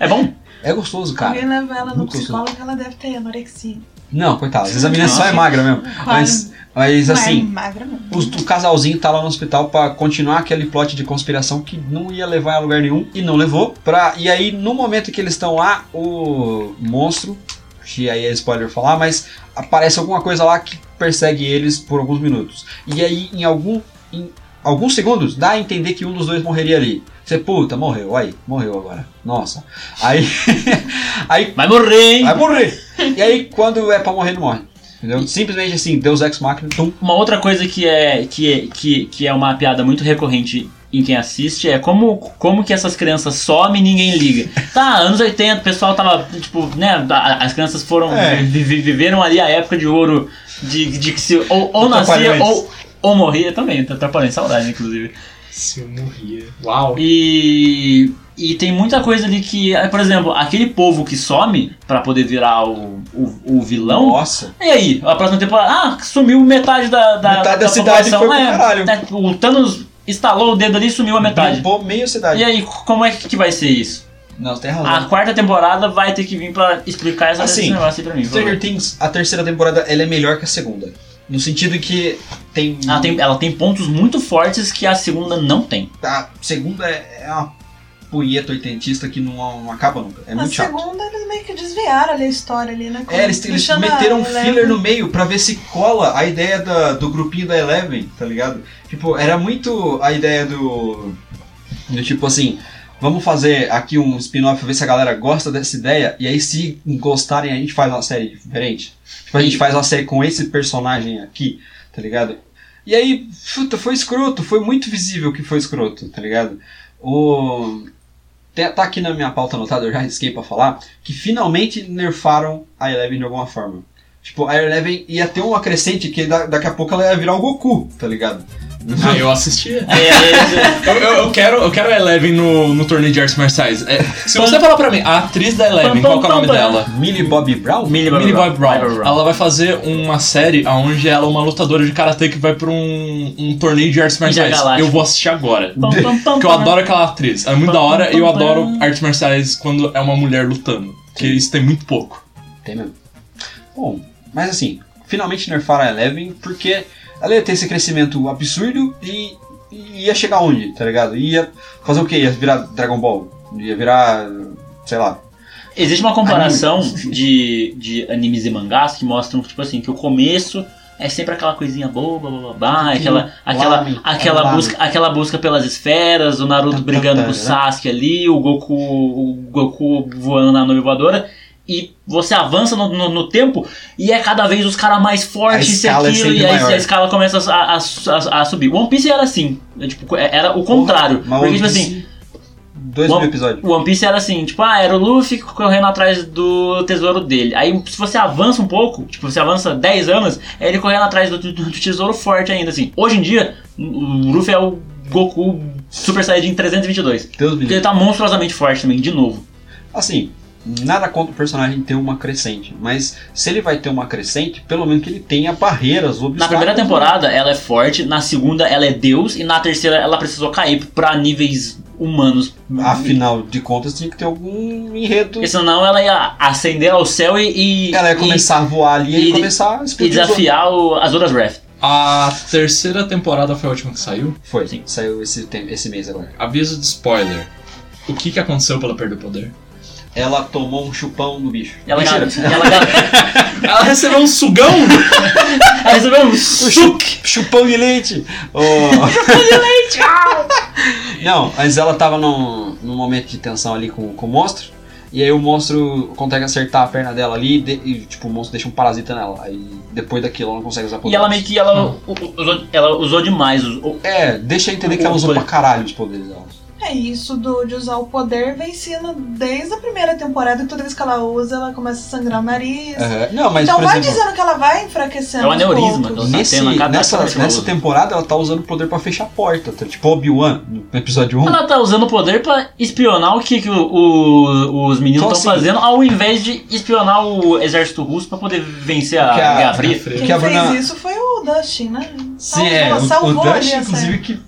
É bom? É gostoso, cara. Alguém leva ela no muito psicólogo, ela deve ter anorexia. Não, coitado, às vezes a menina só é Nossa. magra mesmo. Mas, mas Não é assim, magra não. Os- O, casalzinho tá lá no hospital pra continuar aquele plot de conspiração que não ia levar a lugar nenhum e não levou. Pra, e aí, no momento que eles estão lá, o monstro, que aí é spoiler falar, mas aparece alguma coisa lá que persegue eles por alguns minutos. E aí, em algum em alguns segundos, dá a entender que um dos dois morreria ali. Você, puta, morreu, aí, morreu agora. Nossa. Aí. aí Vai morrer, hein? vai morrer. E aí, quando é pra morrer, não morre. Entendeu? Simplesmente assim, Deus Ex Machina, tum. Uma outra coisa que é, que, é- que, que é uma piada muito recorrente em quem assiste é como, como que essas crianças somem e ninguém liga. Tá, anos 80, o pessoal tava, tipo, né, a- as crianças foram, É. vi- vi- viveram ali a época de ouro de, de que se ou, ou nascia Trapalhões. ou, ou morria também, tá atrapalhando, saudade, inclusive. Se eu morria. Uau. E, e tem muita coisa ali que, eh, por exemplo, aquele povo que some pra poder virar o, o, o vilão. Nossa. E aí, a próxima temporada, ah, sumiu metade da, da, Metade da cidade população. foi pro caralho. né, o Thanos estalou o dedo ali e sumiu a metade. Limpou meio cidade. E Ah, aí, como é que vai ser isso? Ah, Não, você tem A razão. quarta temporada vai ter que vir pra explicar essa, Assim, esse negócio aí pra mim. por favor. Stranger Things, a terceira temporada, ela é melhor que a segunda. No sentido que tem. Ela Ah, tem, ela tem pontos muito fortes que a segunda não tem. A segunda é é uma punheta oitentista que não, não acaba nunca. É Na muito chato. segunda, eles meio que desviaram ali a história ali, né? É, eles, eles Puxando a meteram um Eleven. filler no meio pra ver se cola a ideia da- do grupinho da Eleven, tá ligado? Tipo, era muito a ideia do. do tipo assim. Vamos fazer aqui um spin-off pra ver se a galera gosta dessa ideia. E aí, se gostarem, a gente faz uma série diferente. Tipo, a gente faz uma série com esse personagem aqui, tá ligado? E aí, puta, foi escroto. Foi muito visível que foi escroto, tá ligado? O. Tem- Tá aqui na minha pauta anotada, eu já risquei pra falar que finalmente nerfaram a Eleven de alguma forma. Tipo, a Eleven ia ter um acrescente que da- daqui a pouco ela ia virar o Goku, tá ligado? Ah, eu assistia. É, é, Eu, eu, eu quero, eu quero a Eleven no, no torneio de artes marciais. É, se você falar pra mim, a atriz da Eleven, qual que é o nome dela? Millie Bobby Brown? Millie Millie Bob Millie Brown. Bob Ela vai fazer uma série onde ela é uma lutadora de karatê que vai pra um, um torneio de artes marciais. Intergaláctico. Eu vou assistir agora. Pam, pam, pam, Porque eu pam. adoro aquela atriz. Ela é muito Pam, da hora pam, e eu pam, adoro pam. artes marciais quando é uma mulher lutando. Porque isso tem muito pouco. Tem mesmo. Bom, mas assim, finalmente nerfaram a Eleven porque ela ia ter esse crescimento absurdo e, e ia chegar onde, tá ligado? Ia fazer o quê? Ia virar Dragon Ball? Ia virar. sei lá. Existe uma comparação de, de animes e mangás que mostram, tipo assim, que o começo é sempre aquela coisinha boba, blá blá blá, aquela, aquela, lame, aquela, lame. busca, aquela busca pelas esferas, o Naruto Tan, tan, brigando tan, com o né? Sasuke ali, o Goku, o Goku voando na nuvem voadora. E você avança no, no- no tempo e é cada vez os caras mais A fortes, isso e escala é aquilo, e sempre aí maior. a escala começa a, a- a- a subir. One Piece era assim, é tipo, era o contrário. Mas porque, tipo One Piece, assim, Dois One- mil episódios. o One Piece era assim, tipo, ah, era o Luffy correndo atrás do tesouro dele. Aí, se você avança um pouco, tipo, você avança 10 anos, é ele correndo atrás do, do- do tesouro forte ainda, assim. Hoje em dia, o Luffy é o Goku Super Saiyajin 322. Deus me Porque livre. ele tá monstruosamente forte também, de novo. Assim, nada contra o personagem ter uma crescente, mas se ele vai ter uma crescente, pelo menos que ele tenha barreiras, obstáculos. Na primeira temporada, ela é forte, na segunda, ela é Deus, e na terceira, ela precisou cair pra níveis humanos. Afinal de contas, tinha que ter algum enredo. Porque senão ela ia ascender ao céu e. e Ela ia e- começar a voar ali e, e- começar a e explodir. os desafiar o, as outras Wrath. A terceira temporada foi a última que saiu. outros. Foi, Sim. saiu esse, tem- esse mês agora. Aviso de spoiler. O que, que aconteceu pela perda do poder? Ela tomou um chupão no bicho. Ela, Mentira. ela, ela, Ela recebeu um sugão? ela recebeu um Chupão de leite! Chupão de leite! Não, mas ela tava num, num momento de tensão ali com, com o monstro. E aí o monstro consegue acertar a perna dela ali e, de- e, tipo, o monstro deixa um parasita nela. Aí depois daquilo ela não consegue usar E poderes. ela meio que ela, u- u- usou, ela usou demais. os- o- É, deixa eu entender que ela usou pra caralho os poderes dela. É isso do, de usar o poder vem sendo desde a primeira temporada, que toda vez que ela usa, ela começa a sangrar o nariz. Aham. Não, mas Então por vai exemplo, dizendo que ela vai enfraquecendo. É um aos aneurisma, poucos. ela tá nesse- tendo a cada- nessa, cada vez que ela nessa usa. temporada ela tá usando o poder pra fechar a porta. tá? Tipo Obi-Wan no episódio 1. Ela tá usando o poder pra espionar o que, que o- o- os meninos Então, estão assim- fazendo, ao invés de espionar o exército russo pra poder vencer a Que a- Guerra Fria. Quem que a fez Bruna- isso foi o Dustin, né? Sim, é, o, o salvou ali Dante, a inclusive, série. que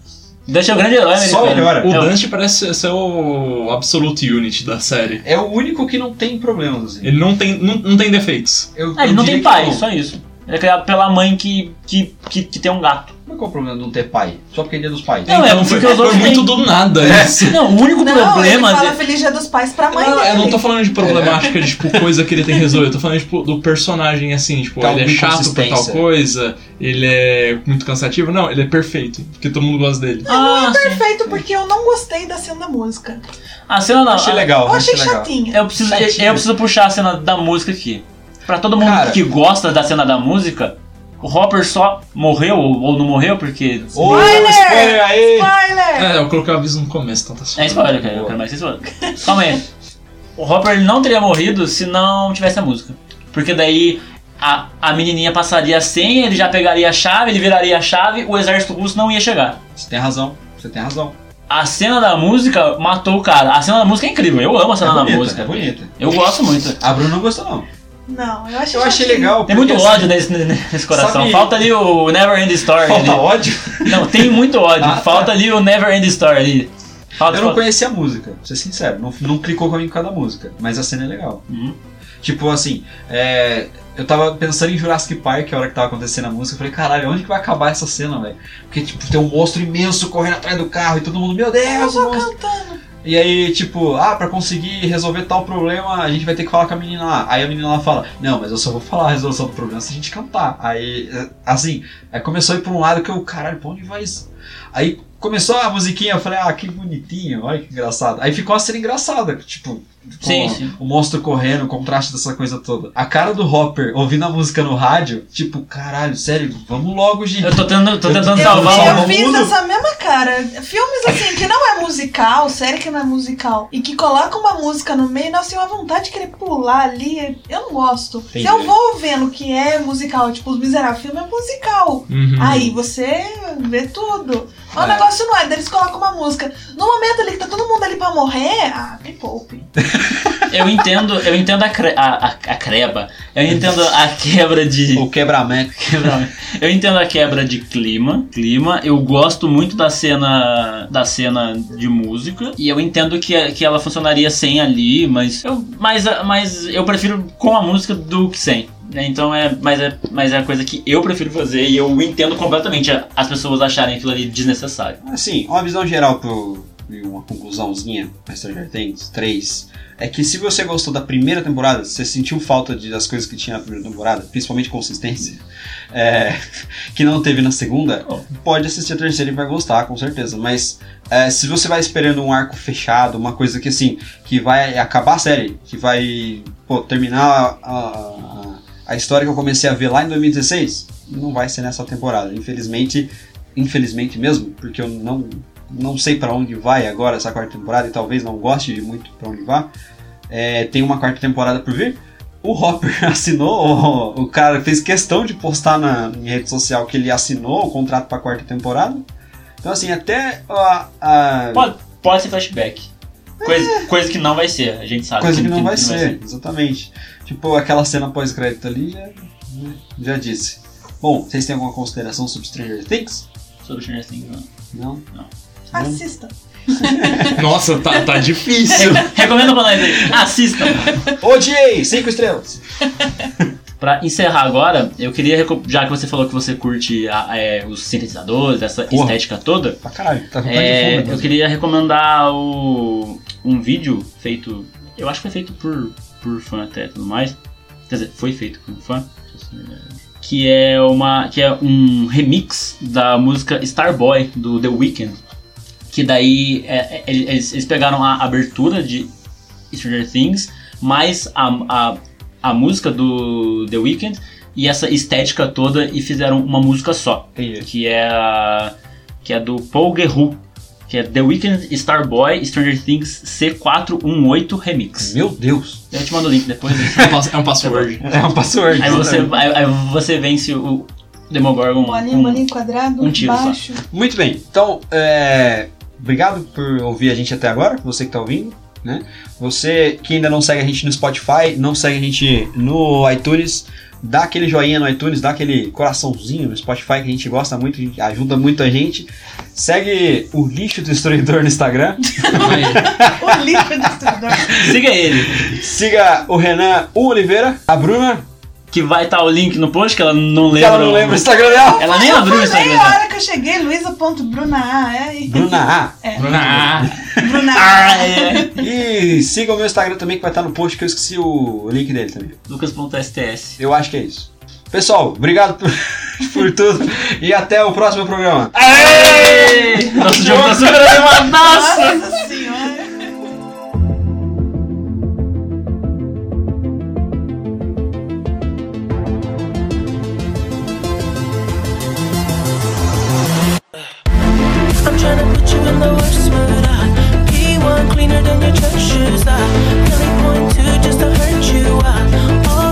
Dante é o grande herói Só americano. melhora. O É, Dante parece ser o Absolute Unit da série. é o único que não tem problemas. assim. Ele não tem, não, não tem defeitos. Eu- é, ele eu não diria tem que pai, só isso. Ele é criado pela mãe que, que, que, que tem um gato. Mas qual é o problema de não ter pai? Só porque ele é dos pais. Não, é Então, porque foi, os outros foi muito têm. É. do nada isso. Não, o único Não, problema. ele fala assim, de- feliz dia dos pais pra mãe Não, dele. eu não tô falando de problemática de tipo coisa que ele tem que resolver, eu tô falando tipo, do personagem assim, tipo, Tá ele é alguma chato por tal inconsistência. coisa, ele é muito cansativo. Não, ele é perfeito, porque todo mundo gosta dele. assim. Ah, sim. Perfeito, porque eu não gostei da cena da música. A cena da. Achei a- legal, Eu achei achei legal. chatinha. Eu preciso, eu, eu preciso puxar a cena da música aqui. Pra todo mundo Cara. que gosta da cena da música, o Hopper só morreu ou, ou não morreu porque. Ô, Spoiler! spoiler aí! Spoiler! É, eu coloquei o aviso no começo, então tá só. É spoiler, cara. Eu quero mais spoiler. Calma aí. O Hopper ele não teria morrido se não tivesse a música. Porque daí a, a menininha passaria a senha, ele já pegaria a chave, ele viraria a chave, o exército russo não ia chegar. Você tem razão, você tem razão. A cena da música matou o cara. A cena da música é incrível. Eu amo a cena é da bonita, música. É bonita. Eu gosto muito. A Bruna não gostou, não. Não, eu achei Eu achei chatinha. legal. Tem muito porque, ódio nesse, nesse coração. Sabe- Falta ali o Never End Story. assim, Falta ali. ódio? Não, tem muito ódio. Ah, tá. Falta ali o Never End Story ali. Falta, Eu não falta- conhecia a música, pra ser sincero. Não, não clicou comigo por causa da música, mas a cena é legal. Uhum. Tipo assim, é, eu tava pensando em Jurassic Park a hora que tava acontecendo a música. Eu falei, caralho, onde que vai acabar essa cena, velho? Porque, tipo, tem um monstro imenso correndo atrás do carro e todo mundo, meu Eu Deus, o só monstro. cantando. E aí, tipo, ah, pra conseguir resolver tal problema, a gente vai ter que falar com a menina lá. Aí a menina lá fala, não, mas eu só vou falar a resolução do problema se a gente cantar. Aí, eh, assim, aí começou a ir pra um lado que eu, caralho, pra onde vai isso? Aí começou a musiquinha, eu falei, ah, que bonitinho, olha que engraçado. Aí ficou a cena engraçada, tipo, com Sim, sim. o monstro correndo, o contraste dessa coisa toda. A cara do Hopper ouvindo a música no rádio, tipo, caralho, sério, vamos logo, gente. Eu tô, tendo, tô Eu- tentando eu- salvar o Salvar Eu, eu o fiz mundo? essa mesma cara. Filmes assim, que não é musical, série que não é musical, e que coloca uma música no meio, nossa, eu tenho uma vontade de querer pular ali. Eu não gosto. Entendi. Se eu vou vendo que é musical, tipo, Os Miseráveis, filme é musical. Uhum. Aí você vê tudo. Mas o É. negócio não é, daí eles colocam uma música. No momento ali que tá todo mundo ali pra morrer, ah, me poupe. Eu entendo, eu entendo a, cre- a, a, a creba. Eu entendo a quebra de. O quebramento. Quebra- Eu entendo a quebra de clima, clima. Eu gosto muito da cena, da cena de música e eu entendo que, que ela funcionaria sem ali, mas eu, mas, a- mas eu prefiro com a música do que sem. né? Então é, mas é, mas é a coisa que eu prefiro fazer e eu entendo completamente a- as pessoas acharem aquilo ali desnecessário. Assim, uma visão geral pro, e uma conclusãozinha pra Stranger Things 3 é que se você gostou da primeira temporada, se você sentiu falta de, das coisas que tinha na primeira temporada, principalmente consistência, é, que não teve na segunda, Oh. pode assistir a terceira e vai gostar, com certeza. Mas é, se você vai esperando um arco fechado, uma coisa que assim, que vai acabar a série, que vai pô, terminar a, a, a história que eu comecei a ver lá em 2016, não vai ser nessa temporada. Infelizmente, infelizmente mesmo, porque eu não, não sei pra onde vai agora essa quarta temporada e talvez não goste de muito pra onde vá. É, tem uma quarta temporada por vir. O Hopper assinou, o, o cara fez questão de postar na em rede social que ele assinou o contrato pra quarta temporada. Então, assim, até a- a Pode, pode ser flashback. Coisa, coisa que não vai ser, a gente sabe. Ah. Coisa que, não vai ser, exatamente. Tipo, aquela cena pós-crédito ali já, já disse. Bom, vocês têm alguma consideração sobre Stranger Things? Sobre o Stranger Things, não. Não? Assista. Nossa, tá, tá difícil. Recomendo pra nós aí. Assistam! Odiei! Cinco estrelas! Pra encerrar agora, eu queria, reco- já que você falou que você curte a- é, os sintetizadores, essa Porra. estética toda, Pra caralho, tá com vontade é, de eu fome. queria recomendar o- um vídeo feito, eu acho que foi feito por, por fã até e tudo mais, quer dizer, foi feito por um fã, que é, uma, que é um remix da música Starboy, do The Weeknd, que daí é, é, eles, eles pegaram a abertura de Stranger Things, mais a, a, a música do The Weeknd e essa estética toda e fizeram uma música só, Entendi. que é a- que é do Paul Guerrou, que é The Weeknd Starboy Stranger Things C418 Remix. Meu Deus! Eu te mando o link depois. né? É um pass- é um password. É um password. aí, você, aí, aí você vence o Demogorgon. Bolinho, com- bolinho Um quadrado, um tiro só. baixo. Muito bem, então, é, obrigado por ouvir a gente até agora, você que tá ouvindo, né? Você que ainda não segue a gente no Spotify, não segue a gente no iTunes, dá aquele joinha no iTunes, dá aquele coraçãozinho no Spotify que a gente gosta muito, a gente- ajuda muito a gente. Segue o Lixo Destruidor no Instagram, O livro do estudante. Siga ele. siga o Renan U. Oliveira, a Bruna, que vai estar o link no post, que ela não lembra. Ela não o- lembra o Instagram dela. Ela nem abriu o Instagram. né? Nem a dela. hora que eu cheguei, luisa.bruna. A, É, Bruna É, Ah, Bruna. Ah, A. é. A. E siga o meu Instagram também, que vai estar no post, que eu esqueci o link dele também. Lucas.sts. Eu acho que é isso. Pessoal, obrigado por, por tudo e até o próximo programa. Nosso jogo tá super animadaço! Nossa senhora. I'm tryna put you in the worst mood. I P1 cleaner than your church shoes. I really want to just to hurt you. I